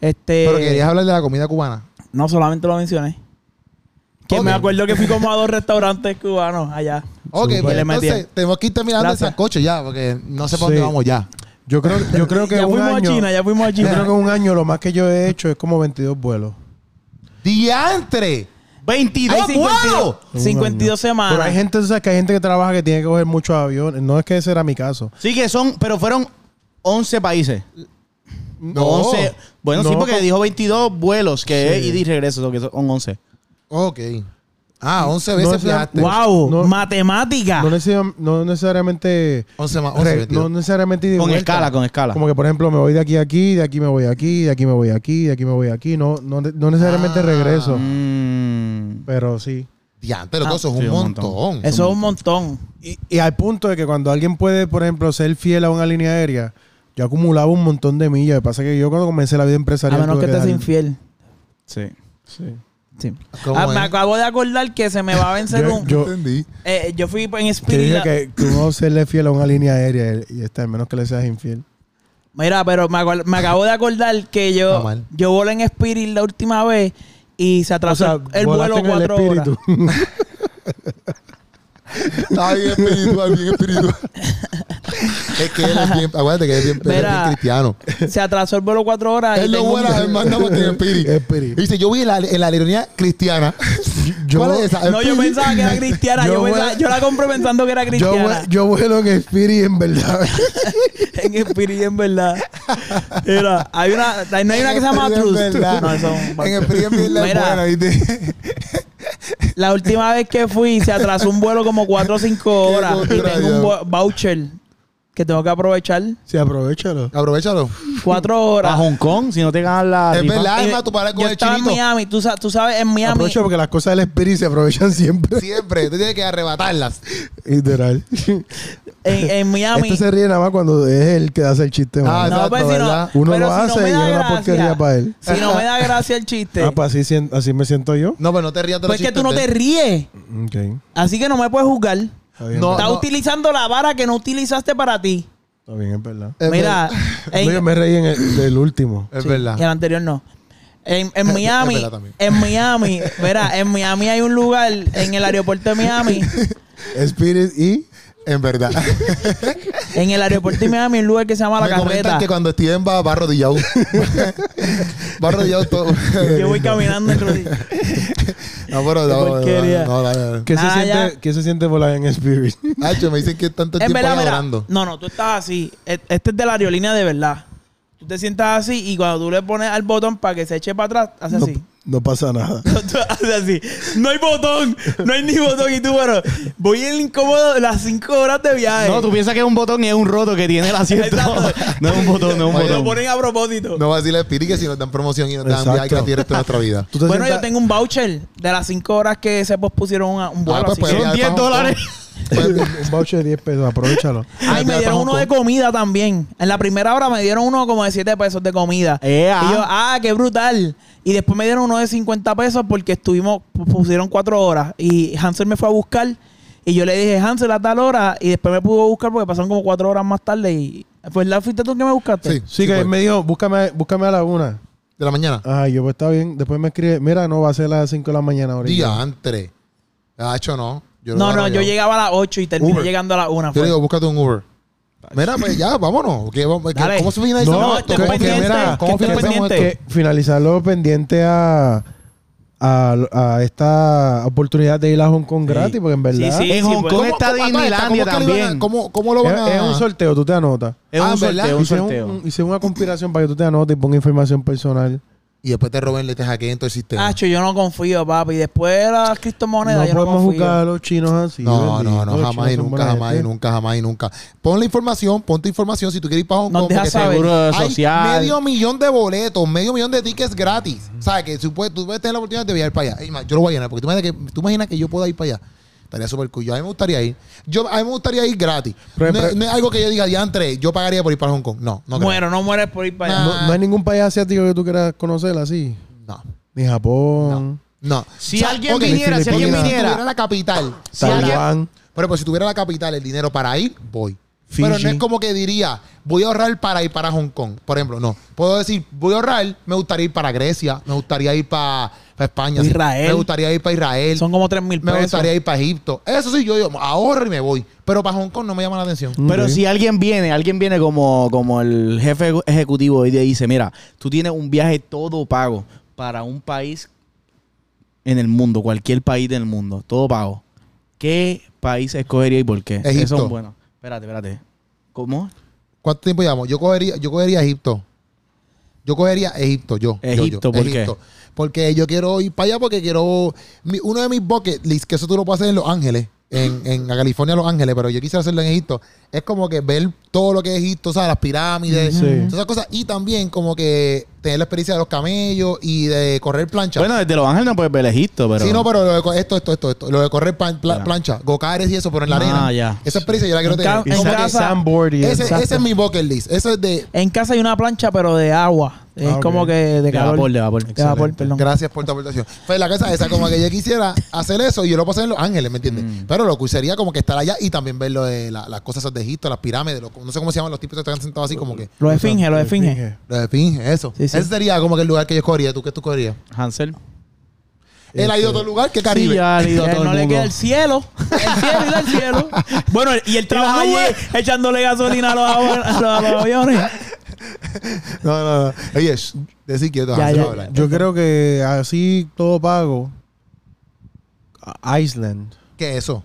B: Este.
C: Pero querías hablar de la comida cubana.
B: No, solamente lo mencioné. Que
C: Ok.
B: me acuerdo que fui como a dos restaurantes cubanos allá.
C: Ok,
D: Súper.
C: pues
B: Le metí.
C: entonces tenemos que ir terminando el
B: Gracias.
C: sancocho ya, porque no sé para
D: Sí.
C: dónde vamos ya.
D: Yo creo, yo creo que
B: ya
D: un
B: fuimos
D: año.
B: a China, ya fuimos a
D: Yo creo
B: China.
D: que un año lo más que yo he hecho es como 22 vuelos.
C: ¡Diantre!
A: 22
B: Hay
C: ¡Ah, wow!
B: 52, 52
D: Pero hay
B: semanas.
D: gente, tú sabes que hay gente que trabaja que tiene que coger muchos aviones. No es que ese era mi caso.
A: Sí que son, pero fueron 11 países.
C: No.
A: 11. Bueno, sí,
D: No,
A: porque
D: con-
A: dijo 22 vuelos que es
D: Sí.
A: ida y regreso, so que son 11.
C: Ok. Ah, 11 veces
D: No,
C: viajaste.
B: ¡Wow!
D: No-
B: matemática.
D: No, necesariam- no necesariamente.
C: 11 más 11,
D: re-
C: 22.
D: no necesariamente. ida y
A: Con
D: vuelta.
A: escala, con escala.
D: Como que, por ejemplo, me voy de aquí a aquí, de aquí me voy aquí, de aquí me voy aquí, de aquí me voy aquí. No, no, no necesariamente
C: Ah.
D: regreso.
A: Mm.
D: Pero sí.
C: Diantre, loco,
B: Ah,
C: eso es
A: sí,
C: un
A: un
C: montón.
A: montón.
B: Eso es un montón.
D: Y, y al punto de que cuando alguien puede, por ejemplo, ser fiel a una línea aérea, yo acumulaba un montón de millas. Lo que pasa es que yo cuando comencé la vida
B: A
D: empresarial.
B: menos
D: tuve
B: que estés
D: dejar-
B: infiel.
A: Sí.
D: Sí.
B: Sí.
C: ¿Cómo
B: Ah, me
C: es?
B: acabo de acordar que se me va a vencer
D: Yo-
B: un.
D: yo-
C: Entendí.
B: eh, yo fui en
D: Que
B: Spirit.
D: dije que, que uno serle fiel a una línea aérea y está, al menos que le seas infiel.
B: Mira, pero me, acuer- me acabo de acordar que yo,
C: Está mal.
B: yo volé en Spirit la última vez y se atrasó el- el vuelo
D: volaste en
B: cuatro horas.
C: Está bien espiritual, bien espiritual. es que él es bien, acuérdate que es bien, él es bien
B: Mira.
C: cristiano.
B: Se atrasó el vuelo cuatro horas. y
C: Él lo
B: tengo
C: buena,
B: miedo.
C: hermano, porque es espíritu.
D: Espíritu.
C: Dice, yo vi en la, en la aerolínea cristiana.
D: Yo-
C: ¿Cuál es esa?
B: No, yo
C: Espíritu.
B: pensaba que era cristiana. Yo,
D: Yo
B: pensaba-
D: vuelo-
B: yo la compré pensando que era
D: yo,
B: cristiana.
D: vue- yo vuelo en Spirit en verdad.
B: en Spirit, en verdad. Era, hay una, hay no hay una que se llama
C: En
B: Trust.
C: verdad.
B: No, eso es un-
C: En espíritu es bien
B: Mira.
C: buena, ¿viste?
B: La última vez que fui se atrasó un vuelo como 4 o 5
C: Qué
B: horas y
C: contra,
B: tengo un
C: diablo.
B: vo- voucher que tengo que aprovechar.
D: Sí, aprovechalo.
C: Aprovechalo.
B: 4 horas.
A: A Hong Kong, si no te ganas la.
C: Es
A: rifa.
C: verdad,
B: Y-
C: hermano, tú paras con
B: Eh, yo
C: el
B: estaba
C: chinito.
B: en Miami, tú, sa- tú sabes, en Miami.
D: Aprovecha porque las cosas del Spirit se aprovechan siempre.
C: Siempre, tú tienes que arrebatarlas.
D: Literal.
B: En, en Miami.
D: Este se ríe nada más cuando es él que hace el chiste.
C: Ah,
D: mano.
C: exacto,
B: pues,
C: ¿verdad?
D: Uno
B: pero
D: lo
B: si no
D: hace
B: me
D: y
B: da
D: es una
B: gracia,
D: porquería para él.
B: Si no me da gracia el chiste.
D: Ah, pues así, sien- así me siento yo. Mm,
C: No, pero no te rías de los
B: pues que tú no te
C: chistes
B: ríes.
D: Ok.
B: Así que no me puedes juzgar.
D: Está bien,
C: No,
D: está
B: Estás utilizando la vara que no utilizaste para ti.
D: bien, es verdad.
B: Eh,
C: de- Es
B: Mira, en-
D: No, yo me reí en el, del último.
C: Es
B: Sí,
C: verdad.
B: Y el anterior no. En,
C: Eh,
B: en
C: Es- es
B: Miami,
C: verdad también.
B: en Miami, verá, en Miami hay un lugar, en el aeropuerto de Miami,
D: Spirit y.
C: En verdad.
B: en el aeropuerto de Miami hay un lugar que se llama La
C: Me comentan
B: Carreta.
C: que cuando Steven va, va arrodillado. va arrodillado todo.
B: Yo voy caminando en rodillas.
C: No, pero
B: Qué
C: no, no,
B: porquería.
C: no, no, no, no.
D: ¿Qué,
B: Nada,
D: se
B: Ah, ya.
D: siente, ¿Qué se siente volar en Spirit?
C: Hacho, me dicen que están todo el
B: En
C: tiempo
B: verdad,
C: ahí
B: mira,
C: adorando.
B: no, no, tú estás así. E- Este es de la aerolínea de verdad. Tú te sientas así y cuando tú le pones al botón para que se eche para atrás, hace
D: No,
B: así.
D: no pasa nada.
B: Tú haces así. No hay botón, no hay ni botón. Y tú, bueno, voy en incómodo las cinco horas de viaje.
C: eh.
A: No, tú piensas que es un botón y es un roto que tiene el asiento.
B: Exacto.
A: no es un botón, no es un
C: Oye,
B: lo
A: botón.
B: ponen a propósito.
C: No va a decir la Spirit que si nos dan promoción y nos dan viaje
D: Exacto.
C: gratis el resto de nuestra vida.
D: Tú te
B: bueno, yo
D: sientas-
B: tengo un voucher de las 5 horas que se pospusieron un, un vuelo.
C: Ah, pues
B: así
C: puedes
B: que-
A: Son
C: viajar para
A: 10
C: Hong
A: dólares.
D: un voucher de 10 pesos, aprovechalo.
B: Ay, me dieron uno de comida también. En la primera hora me dieron uno como de 7 pesos de comida.
A: Ea.
B: Y yo, ah, qué brutal. Y después me dieron uno de 50 pesos porque estuvimos, pusieron 4 horas. Y Hansel me fue a buscar. Y yo le dije, Hansel, a tal hora. Y después me pudo buscar porque pasaron como 4 horas más tarde. Y pues la fuiste tú que me buscaste.
C: Sí,
D: Sí, que
C: pues,
D: me dijo, búscame, búscame a la una.
C: De la mañana.
D: Ay, yo, pues está bien. Después me escribe, mira, no va a ser las 5 de la mañana ahorita.
C: Diantre. Hacho, no. Yo lo
B: No, no, yo
C: arrodillado.
B: llegaba a las 8 y terminé
C: Uber.
B: llegando a las 1.
C: Yo le digo, búscate un Uber. Mira, pues ya, vámonos. ¿Qué, vamos- qué-
B: Dale.
C: ¿Cómo se finaliza
D: No,
B: No,
C: esto?
B: estoy
D: como que
C: ¿Cómo-
B: pendiente,
D: mira,
B: que
D: ¿cómo
B: estoy
D: finalizamos
B: pendiente.
C: Este.
D: que finalizarlo pendiente a, a, a esta oportunidad de ir a Hong Kong gratis, porque en verdad
B: Sí,
A: en
B: sí,
A: Hong
B: pues.
A: Kong
B: ¿Cómo-
A: está
C: cómo-
A: Disneylandia
C: ¿cómo que le van a-
A: también.
C: ¿Cómo, cómo lo
D: es,
C: van a...?
D: es un sorteo, tú te anotas.
A: Es
C: Ah,
A: un
C: ¿verdad?
A: sorteo, un
D: Hice, un-
A: sorteo.
D: un- hice una conspiración para que tú te anotes y pongas información personal.
C: Y después te roben, le te hackeen todo el sistema.
B: Hacho, yo no confío, papi. Después de las criptomonedas,
D: no
B: yo no
D: podemos
B: confío.
D: juzgar a los chinos así.
C: No,
D: bendito,
C: no, no,
D: los
C: jamás
D: chinos
C: y
D: son
C: nunca,
D: buena
C: jamás y
D: gente.
C: nunca, jamás y nunca. Pon la información, pon tu información si tú quieres ir para Hong
B: Nos
C: Kong.
B: dejas
C: porque
B: saber.
A: Seguro
C: hay
A: social.
C: medio millón de boletos, medio millón de tickets gratis. O sea, que tú puedes, tú puedes tener la oportunidad de viajar para allá. Ey, ma, yo lo voy a llenar, porque tú imaginas que, tú imaginas que yo pueda ir para allá. Estaría súper cool. Yo, a mí me gustaría ir. Yo, a mí me gustaría ir gratis.
D: Pero-
C: no, es-
D: pero-
C: no es algo que yo diga, diantre, yo pagaría por ir para Hong Kong. No, no creo.
B: Muero, no mueres por ir para allá.
C: Nah.
D: No, no hay ningún país asiático que tú quieras conocer así.
C: No,
D: Ni Japón,
C: no.
A: Si alguien
C: ok,
A: viniera,
D: si alguien
C: Filipinas.
A: viniera.
C: Si tuviera la capital. si alguien-
D: Taiwán.
C: Pero pues si tuviera la capital, el dinero para ir, voy. Pero no es
A: Fiji.
C: como que diría, voy a ahorrar para ir para Hong Kong, por ejemplo. No. Puedo decir, voy a ahorrar, me gustaría ir para Grecia, me gustaría ir para, España, sí.
B: Israel.
C: me gustaría ir para Israel,
B: Son como 3 mil
C: me
B: pesos.
C: gustaría ir para Egipto. Eso sí, yo digo, ahorro y me voy. Pero para Hong Kong no me llama la atención.
A: Pero
D: Ok.
A: si alguien viene, alguien viene como, como el jefe ejecutivo y te dice, mira, tú tienes un viaje todo pago para un país en el mundo, cualquier país del mundo, todo pago. ¿Qué país escogería y por qué?
C: Egipto.
A: Esos son buenos. Espérate, espérate. ¿Cómo?
C: ¿Cuánto tiempo llevamos? Yo cogería, yo cogería Egipto. Yo cogería Egipto, yo. yo, yo,
A: Egipto, ¿por qué?
C: Porque yo quiero ir para allá porque quiero... mi- uno de mis bucket lists, que eso tú lo puedes hacer en Los Ángeles, en, en California, Los Ángeles, pero yo quisiera hacerlo en Egipto, es como que ver todo lo que es Egipto, o sea, las pirámides,
D: Sí.
C: todas esas cosas. Y también como que tener la experiencia de los camellos y de correr plancha.
A: Bueno, desde Los Ángeles no puedes ver Egipto, pero...
C: sí, no, pero lo de co- esto, esto, esto, esto, lo de correr pan- pla-
A: Ya.
C: plancha, gocares y eso, pero en la
A: Ah,
C: arena.
A: ya.
C: Esa experiencia yo la quiero
B: En
C: tener.
B: ca-
D: Y
B: en
C: Como
D: sa-
C: que
B: casa-
D: sandboard y
C: ese,
D: exacto.
C: ese es mi bucket list. Eso es de
B: En casa hay una plancha, pero de agua. Es
D: Ah, ok.
B: como que
A: de
B: de calor.
A: vapor, de vapor.
B: De vapor, perdón.
C: Gracias por tu aportación. Fue la casa esa, como que yo quisiera hacer eso y yo lo puedo hacer en Los Ángeles, ¿me entiendes?
B: Mm.
C: Pero lo que sería como que estar allá y también ver lo de la- las cosas esas de Egipto, las pirámides, lo- no sé cómo se llaman los tipos que están sentados así como que.
B: Lo esfinge, lo esfinge.
D: Esfinge.
C: Lo de Finge, eso.
B: Sí, sí.
C: Ese sería como que el lugar que yo escogería. ¿Tú qué tú escogerías?
A: Hansel.
B: Este,
C: Él ha ido a otro lugar que Caribe.
A: Sí, ya ha ido
B: A él
A: todo
B: no
A: el
B: le
A: mundo.
B: queda el cielo. El cielo y el cielo. Bueno, y él trabaja
A: las
C: eh.
B: allí echándole gasolina a los, av- a los- a los aviones.
C: No, no, no. Oye, shh, decir que yo te voy a
B: Ya,
C: hacer
B: ya,
C: hablar.
D: Yo creo que así todo pago. a- Iceland.
C: ¿Qué es eso?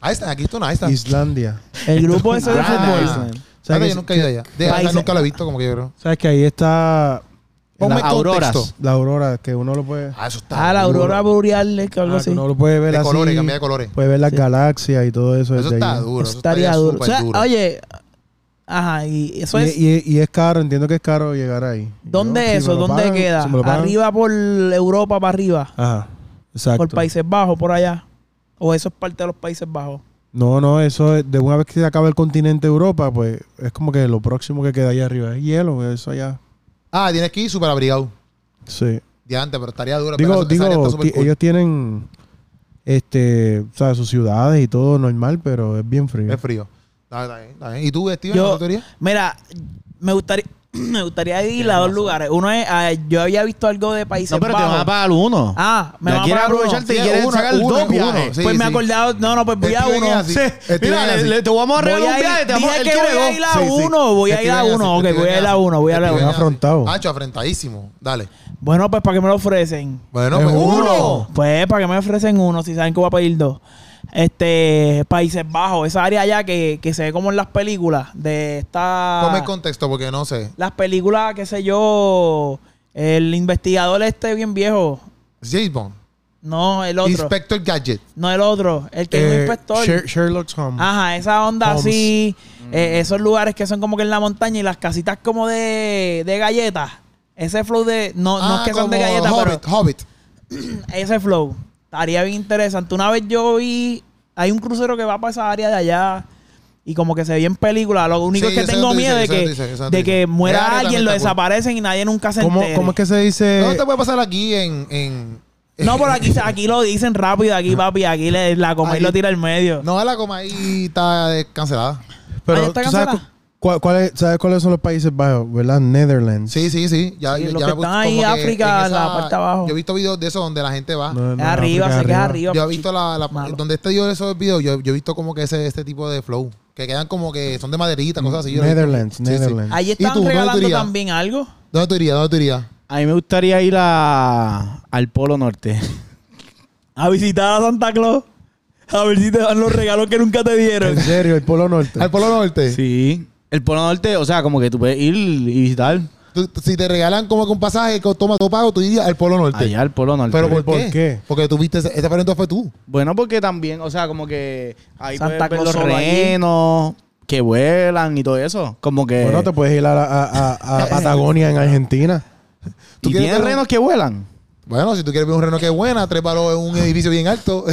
C: Ahí está, aquí está una, ahí está.
D: Islandia.
B: El grupo ese de
C: Ah.
B: fútbol.
D: ¿Sabes
C: Claro,
D: que-
C: yo nunca he ido allá. De allá
B: países.
C: nunca lo he visto, como que yo creo.
D: ¿Sabes que ahí está
C: Ponme
A: Las auroras.
C: contexto.
D: la aurora? Que uno lo puede.
C: Ah, eso está.
B: Ah, la
C: duro.
B: aurora boreal, es que algo
D: Ah, que
B: así.
D: uno lo puede ver
C: De
D: así.
C: colores, cambiar de colores.
D: Puede ver las
B: Sí.
D: galaxias y todo eso.
C: Eso
D: desde
C: está
D: allá.
C: duro. Eso
B: Estaría duro. O sea,
C: súper duro.
B: oye, ajá, y eso
D: y,
B: es.
D: y- y es caro, entiendo que es caro llegar ahí.
B: ¿Dónde
D: Yo, si
B: eso?
D: me lo
B: ¿Dónde
D: pagan,
B: queda?
D: si me lo pagan-
B: arriba por Europa para arriba.
D: Ajá, exacto.
B: Por Países Bajos, por allá. O eso es parte de los Países Bajos.
D: No, no, eso es, de una vez que se acaba el continente Europa, pues es como que lo próximo que queda allá arriba es hielo, eso allá.
C: Ah, tienes que ir súper abrigado.
D: Sí.
C: De antes, pero estaría duro.
D: Digo,
C: pero esa- esa área
D: digo,
C: está súper
D: ti-
C: cool.
D: ellos tienen este, o sea, sus ciudades y todo normal, pero es bien frío.
C: Es frío. Está bien, está bien, está bien. ¿Y tú, Steven,
B: Yo-
C: ¿no te irías?
B: Mira, me gustaría, me gustaría ir a dos lugares. Uno es, ah, yo había visto algo de Países
A: No, pero te
B: Bajos.
A: van a pagar uno.
B: Ah, me
A: Ya
B: van a
A: quieren
B: pagar uno.
A: aprovecharte y
C: Sí,
A: quieren
C: uno,
A: sacar
C: uno,
A: dos
C: uno,
A: viajes.
C: sí,
B: pues me he
C: sí.
B: acordado, no, no, pues voy a
C: Steven
B: uno.
C: es así.
A: Sí,
C: Steven
A: mira,
C: es
A: le,
C: así.
A: le- te vamos a
B: Voy
A: regalar
B: a
A: un
B: ir-
A: viaje, te vamos
B: dije
A: él
B: que
A: quiere
B: voy a
A: dos.
B: ir a
A: Sí, sí.
B: uno, voy a ir a
C: Steven es
B: uno.
C: así,
B: Ok,
C: Steven
B: voy a
C: es
B: ir a
C: así.
B: uno, voy a ir a
C: Steven
B: uno.
C: es así.
D: Afrontado.
C: Hacho, afrontadísimo. Dale.
B: Bueno, pues ¿para qué me lo ofrecen?
C: Bueno,
D: Es
C: pues
D: uno.
C: uno.
B: Pues ¿para qué me ofrecen uno si saben que voy a pedir dos? Este, Países Bajos, esa área allá que, que se ve como en las películas de esta...
C: Ponme el contexto porque no sé.
B: las películas, qué sé yo, el investigador este bien viejo.
C: James Bond.
B: No, el otro.
C: Inspector Gadget.
B: no, el otro. El que es Ah, un
D: Eh,
B: inspector.
D: Sher- Sherlock's Home.
B: Ajá, esa onda
D: Holmes.
B: así. eh, esos lugares que son como que en la montaña y las casitas como de, de galletas. Ese flow de. No, no es
C: Ah,
B: que son de
C: como
B: galletas,
C: Hobbit, Hobbit.
B: pero ese flow. Estaría bien interesante. Una vez yo vi. Hay un crucero que va para esa área de allá. Y como que se ve en película. Lo único
C: Sí,
B: es que
C: eso
B: tengo
C: te dice,
B: miedo de
C: eso te
B: que,
C: dice, eso te
B: de que
C: dice. Esa
B: muera
C: área
B: alguien,
C: también
B: lo
C: está cool.
B: desaparecen y nadie nunca se
D: ¿Cómo,
B: entere.
D: cómo es que se
C: ¿Dónde
D: dice?
C: te puede pasar aquí en... en
B: No, pero aquí, aquí lo dicen rápido, aquí papi, aquí le, la coma y
C: Ahí.
B: lo tira al medio.
C: No, la coma ahí está eh, cancelada.
B: Ah, ya
D: Pero,
B: está
D: ¿tú sabes,
B: cancelada.
D: cu- cuál- cuál es- sabes cuáles son los Países Bajos? ¿Verdad? Netherlands.
C: Sí, sí, sí. Ya,
B: Sí,
C: ya
B: los
C: la
B: que
C: puse
B: están
C: como
B: ahí,
C: que
B: África,
C: en
B: la parte abajo.
C: Yo he visto videos de eso donde la gente va.
D: No, no,
B: Es arriba,
D: África,
B: se queda arriba.
C: Yo he visto la, la-
B: Malo.
C: donde este dio esos videos, yo, yo he visto como que ese este tipo de flow, que quedan como que son de maderita, cosas así. Yo lo he visto.
D: Netherlands,
C: Sí, sí.
D: Netherlands.
B: Ahí
C: ¿Y
B: están
C: tú, dónde tú
B: regalando
C: irías?
B: también algo.
C: ¿Dónde tú irías? ¿Dónde tú irías?
A: A mí me gustaría ir a, al Polo Norte.
B: A visitar a Santa Claus. A ver si te dan los regalos que nunca te dieron.
D: En serio, el Polo Norte.
C: ¿Al Polo Norte?
A: Sí. El Polo Norte, o sea, como que tú puedes ir y visitar
C: Tú- tú- si te regalan como que un pasaje que toma todo pago, tú irías al Polo Norte.
A: allá al Polo Norte.
C: ¿Pero
D: ¿Pero
C: por,
D: por
C: qué?
D: qué?
C: Porque tú viste, ese- ese aparente fue tú.
A: Bueno, porque también, o sea, como que ahí
B: Santa
A: puedes ver
B: Claus
A: los
B: solo allí.
A: renos que vuelan y todo eso. Como que...
D: Bueno, te puedes ir a, la- a- a- a Patagonia en Argentina.
C: ¿Tú
A: ¿Y
C: quieres
A: tienes
C: ver un-
A: renos que vuelan?
C: Bueno, si tú quieres ver un reno que es buena, tres palos en un edificio bien alto.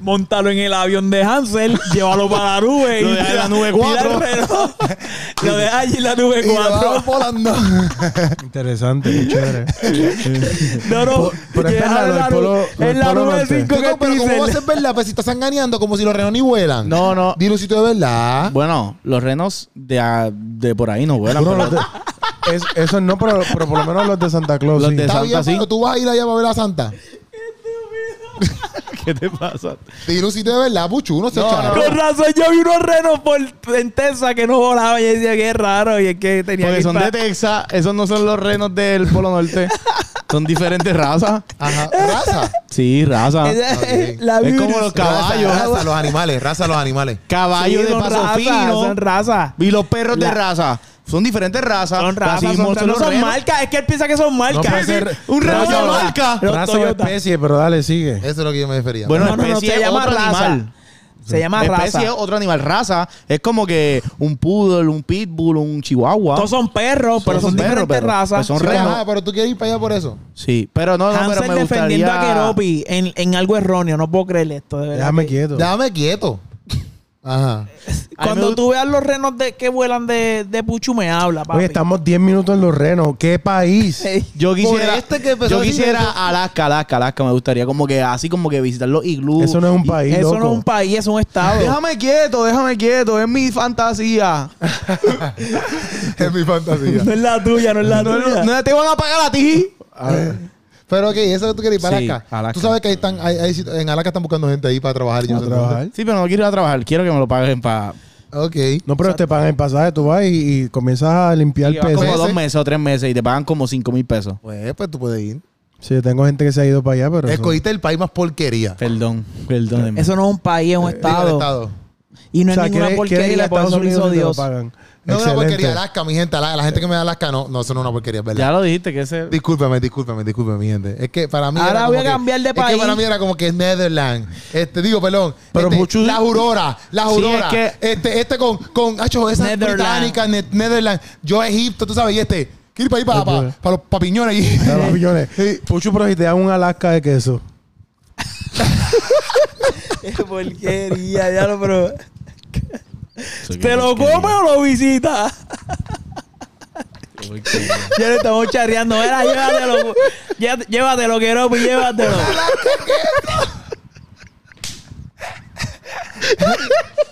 B: Montalo en el avión de Hansel, llévalo para la nube.
A: Lo
B: y
A: deja en la nube
B: tira el
A: cuatro.
B: reloj. Lo deja allí en la nube
C: Y vamos
B: 4.
C: volando.
D: Interesante, muy chévere.
B: No, no.
D: Por- por
B: llévalo
D: espéralo,
B: en la
D: el polo-
B: nube- en
D: el
B: la
D: polo
B: nube
D: norte.
B: 5
C: Chico,
B: que
C: pero ¿cómo va a
B: dicen.
C: ser verdad? Pues si estás sanganeando como si los renos ni vuelan.
A: No, no.
C: Dile un sitio de verdad.
A: Bueno, los renos de, a- de por ahí no vuelan.
D: Bro,
A: pero-
D: los de- es- eso no, pero, pero por lo menos los de Santa Claus.
A: Los
D: sí.
A: de-
C: Está
A: Santa,
C: bien,
A: sí.
C: pero tú vas a ir allá para ver a Santa.
A: ¿Qué te pasa?
C: Dile un sitio de verdad, Puchu. No se
A: No,
C: charro.
A: no,
B: Con razón, yo vi unos renos por en Texas que no volaban. Y yo decía que es raro. Y es que tenía
A: Porque
B: que
A: son
B: estar-
A: de Texas, esos no son los renos del Polo Norte. Son diferentes razas.
C: Ajá. Raza.
A: Sí, razas.
B: Esa-
C: ok.
B: la
A: Ah, Es como
B: beauty.
A: los Caballo.
C: Raza, raza, los animales. Raza, los animales.
A: Caballo
B: Sí,
A: de
B: son
A: paso
B: razas,
A: fino.
B: Son razas.
A: Y los perros
B: La-
A: de raza. Son diferentes razas.
B: Son razas,
A: Así
B: son,
A: mismo
B: razas. no
A: los
B: son
A: renos.
B: marcas, es que él piensa que son marcas.
D: puede ser
B: Sí,
A: un
B: no
A: rayo
B: son
A: de
B: marcas.
A: marca.
B: Los
D: Raza o
B: Toyota.
D: especie, pero dale, sigue.
C: Eso es lo que yo me refería.
A: Bueno,
B: No, no, no,
A: especie
B: se
A: es
B: llama
A: otro
B: raza.
A: animal.
B: Se llama
A: especie
B: raza.
A: oh, es otro animal. Raza es como que un poodle, un pitbull, un chihuahua.
B: Todos son perros, pero
A: ah. Son
B: son,
A: perros,
B: diferentes
A: pero-
B: razas.
A: pues son
C: Sí,
A: renos.
C: ajá, pero tú quieres ir para allá por eso.
A: Sí, pero no, no, pero
B: Hansel
A: me
B: defendiendo
A: gustaría...
B: a Keropi en, en algo erróneo. No puedo creer esto, de verdad.
D: Déjame quieto.
C: Déjame quieto. Ajá.
A: A mí
B: Cuando
A: me
B: tú veas los renos de, que vuelan de, de Puchu, me habla, papi.
D: Oye, estamos 10 minutos en los renos. ¿Qué país?
B: Ey,
A: Yo quisiera,
C: Por este que empezó
A: yo
C: a decir
A: quisiera
C: eso.
A: Alaska, Alaska, Alaska. Me gustaría como que así como que visitar los iglús.
D: Eso no es un
A: Y-
D: país,
B: Eso
D: loco.
B: no es un país, es un estado.
A: Déjame quieto, déjame quieto. Es mi fantasía.
C: Es mi fantasía.
B: No es la tuya, no es la
A: No,
B: tuya.
A: no, no te van a pagar a ti.
C: Pero ok, eso que tú quieres ir para
A: Sí,
C: Alaska.
A: Alaska.
C: Tú sabes que ahí están, hay- hay sitios- en Alaska están buscando gente ahí para trabajar. y yo
D: A
C: no sé
D: trabajar.
A: Sí, pero no quiero ir a trabajar. Quiero que me lo paguen para...
C: dónde. Ok.
D: No, pero te pagan el pasaje, tú vas y, y comienzas a limpiar
A: Como
D: peces.
A: dos meses o tres meses y te pagan como cinco mil pesos.
C: Pues, pues tú puedes ir.
D: Sí, yo tengo gente que se ha ido para allá, pero. eso-
C: Escogiste el país más porquería.
A: Perdón, perdónenme.
B: Eso no es un país, es un
C: Digo, el
B: estado.
C: estado.
B: Y no
D: O sea,
B: es ninguna
D: ¿quieres- quieres ir a
B: porquería, por
D: Estados
B: eso lo
D: Unidos
B: hizo
D: y te lo
B: Dios.
D: pagan?
C: No es una
D: Excelente.
C: porquería Alaska, mi gente. La, la gente que me da Alaska, no, no, eso no es una porquería, es ¿verdad?
A: Ya lo dijiste que ese...
C: Discúlpame, discúlpame, discúlpame, mi gente. Es que para mí.
B: Ahora
C: era
B: voy a
C: como que-
B: cambiar de
C: Es
B: país.
C: que para mí era como que Netherlands. Este, digo, perdón.
A: Pero
C: este,
A: mucho-
C: Las Auroras, las
A: Sí,
C: Auroras.
A: es que-
C: Este, este con, con, acho, esas
B: Netherlands.
C: británicas, Ne- Netherlands. Yo, Egipto, tú sabes, y este. Quiero ir para ahí, para, para, para los papiñones allí.
D: Para los millones. Puchu, pero si te dan un Alaska de queso.
B: Qué porquería, ya lo, pero.
A: Eso que
B: ¿Te lo
A: porquería,
B: comes o lo visitas?
A: qué porquería.
B: Ya le estamos charreando. Era, llévatelo. Llé- Llévatelo, Keropi, llévatelo.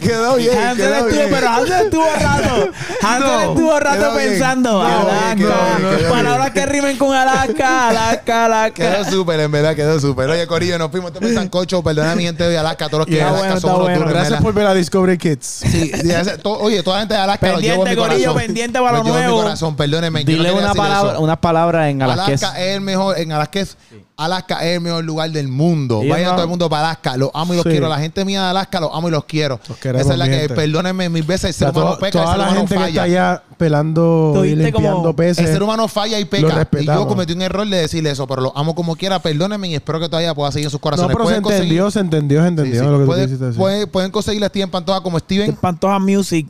C: quedó bien.
B: Hansel
C: quedó
B: estuvo,
C: bien.
B: pero Hansel estuvo rato. Hansel estuvo rato
C: quedó bien.
B: pensando.
C: Quedó bien,
B: Alaska.
C: quedó bien, quedó
B: palabras que rimen con Alaska, Alaska, Alaska.
C: Quedó súper, en verdad, quedó súper. Oye, Corillo, nos fuimos. Este es Sancocho. Perdona a mi gente de Alaska. Todos los que
D: Yeah.
C: de Alaska
B: Está
C: somos los
B: bueno,
C: duros. en
D: Gracias
C: verdad.
D: por ver a Discovery Kids.
C: Sí, gracias. To- oye, toda la gente de Alaska lo llevo en mi
B: Pendiente,
C: corazón.
B: Corillo, pendiente para lo
C: Lo llevo en mi
B: nuevo.
C: corazón, perdónenme. yo no
A: Dile
C: quería
A: una
C: decir
A: palabra,
C: eso.
A: una palabra en alaqués.
C: Alaska es el mejor, en Alaska es, Alaska es el mejor lugar del mundo.
A: Ellos
C: Vayan
A: no-
C: todo el mundo para Alaska. Los amo y los
D: Sí.
C: quiero. La gente mía de Alaska los amo y los quiero.
D: Los queremos,
C: Esa es la
D: mi
C: que,
D: gente.
C: perdónenme mil veces, el ser
D: O sea,
C: humano
D: to-
C: peca, el
D: toda
C: ser
D: la
C: humano
D: gente que está
C: falla.
D: allá pelando y
B: Tuviste como-
D: limpiando
C: El
D: peces.
C: ser humano falla y
D: Lo
C: peca. Y yo
D: respetamos.
C: cometí un error de decirle eso, pero los amo como quiera. Perdónenme y espero que todavía pueda seguir en sus
D: no,
C: corazones.
D: pero se
C: Pueden conseguir-
D: entendió, se entendió, se
C: Sí, sí.
D: entendió lo que
C: Pueden-
D: tú quisiste decir.
C: pueden- Pueden conseguir las tía en Pantoja como Steven.
B: Pantoja Music.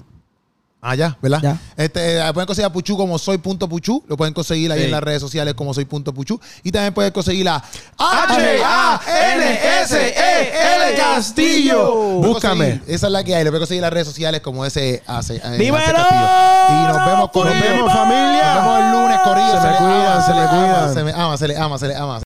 C: Ah, ya, ¿verdad?
B: Ya.
C: Este, eh, pueden conseguir a Puchu como soy punto Puchu. Lo pueden conseguir ahí
A: Sí.
C: en las redes sociales como soy punto Puchu. Y también pueden conseguir a
B: H-A-N-S-E-L Castillo.
D: Búscame.
C: E Pueden conseguir- Esa es la que hay. Lo pueden conseguir en las redes sociales como ese hace.
B: ¡Dímelo!
C: Y nos vemos con
D: Nos
B: ¡Fuimos!
D: vemos, familia.
C: Nos vemos el lunes, Corillo.
D: Se me
C: les
D: cuidan,
C: ama,
D: se me
C: les ama,
D: cuidan.
C: Se me ama, se le ama, se le ama.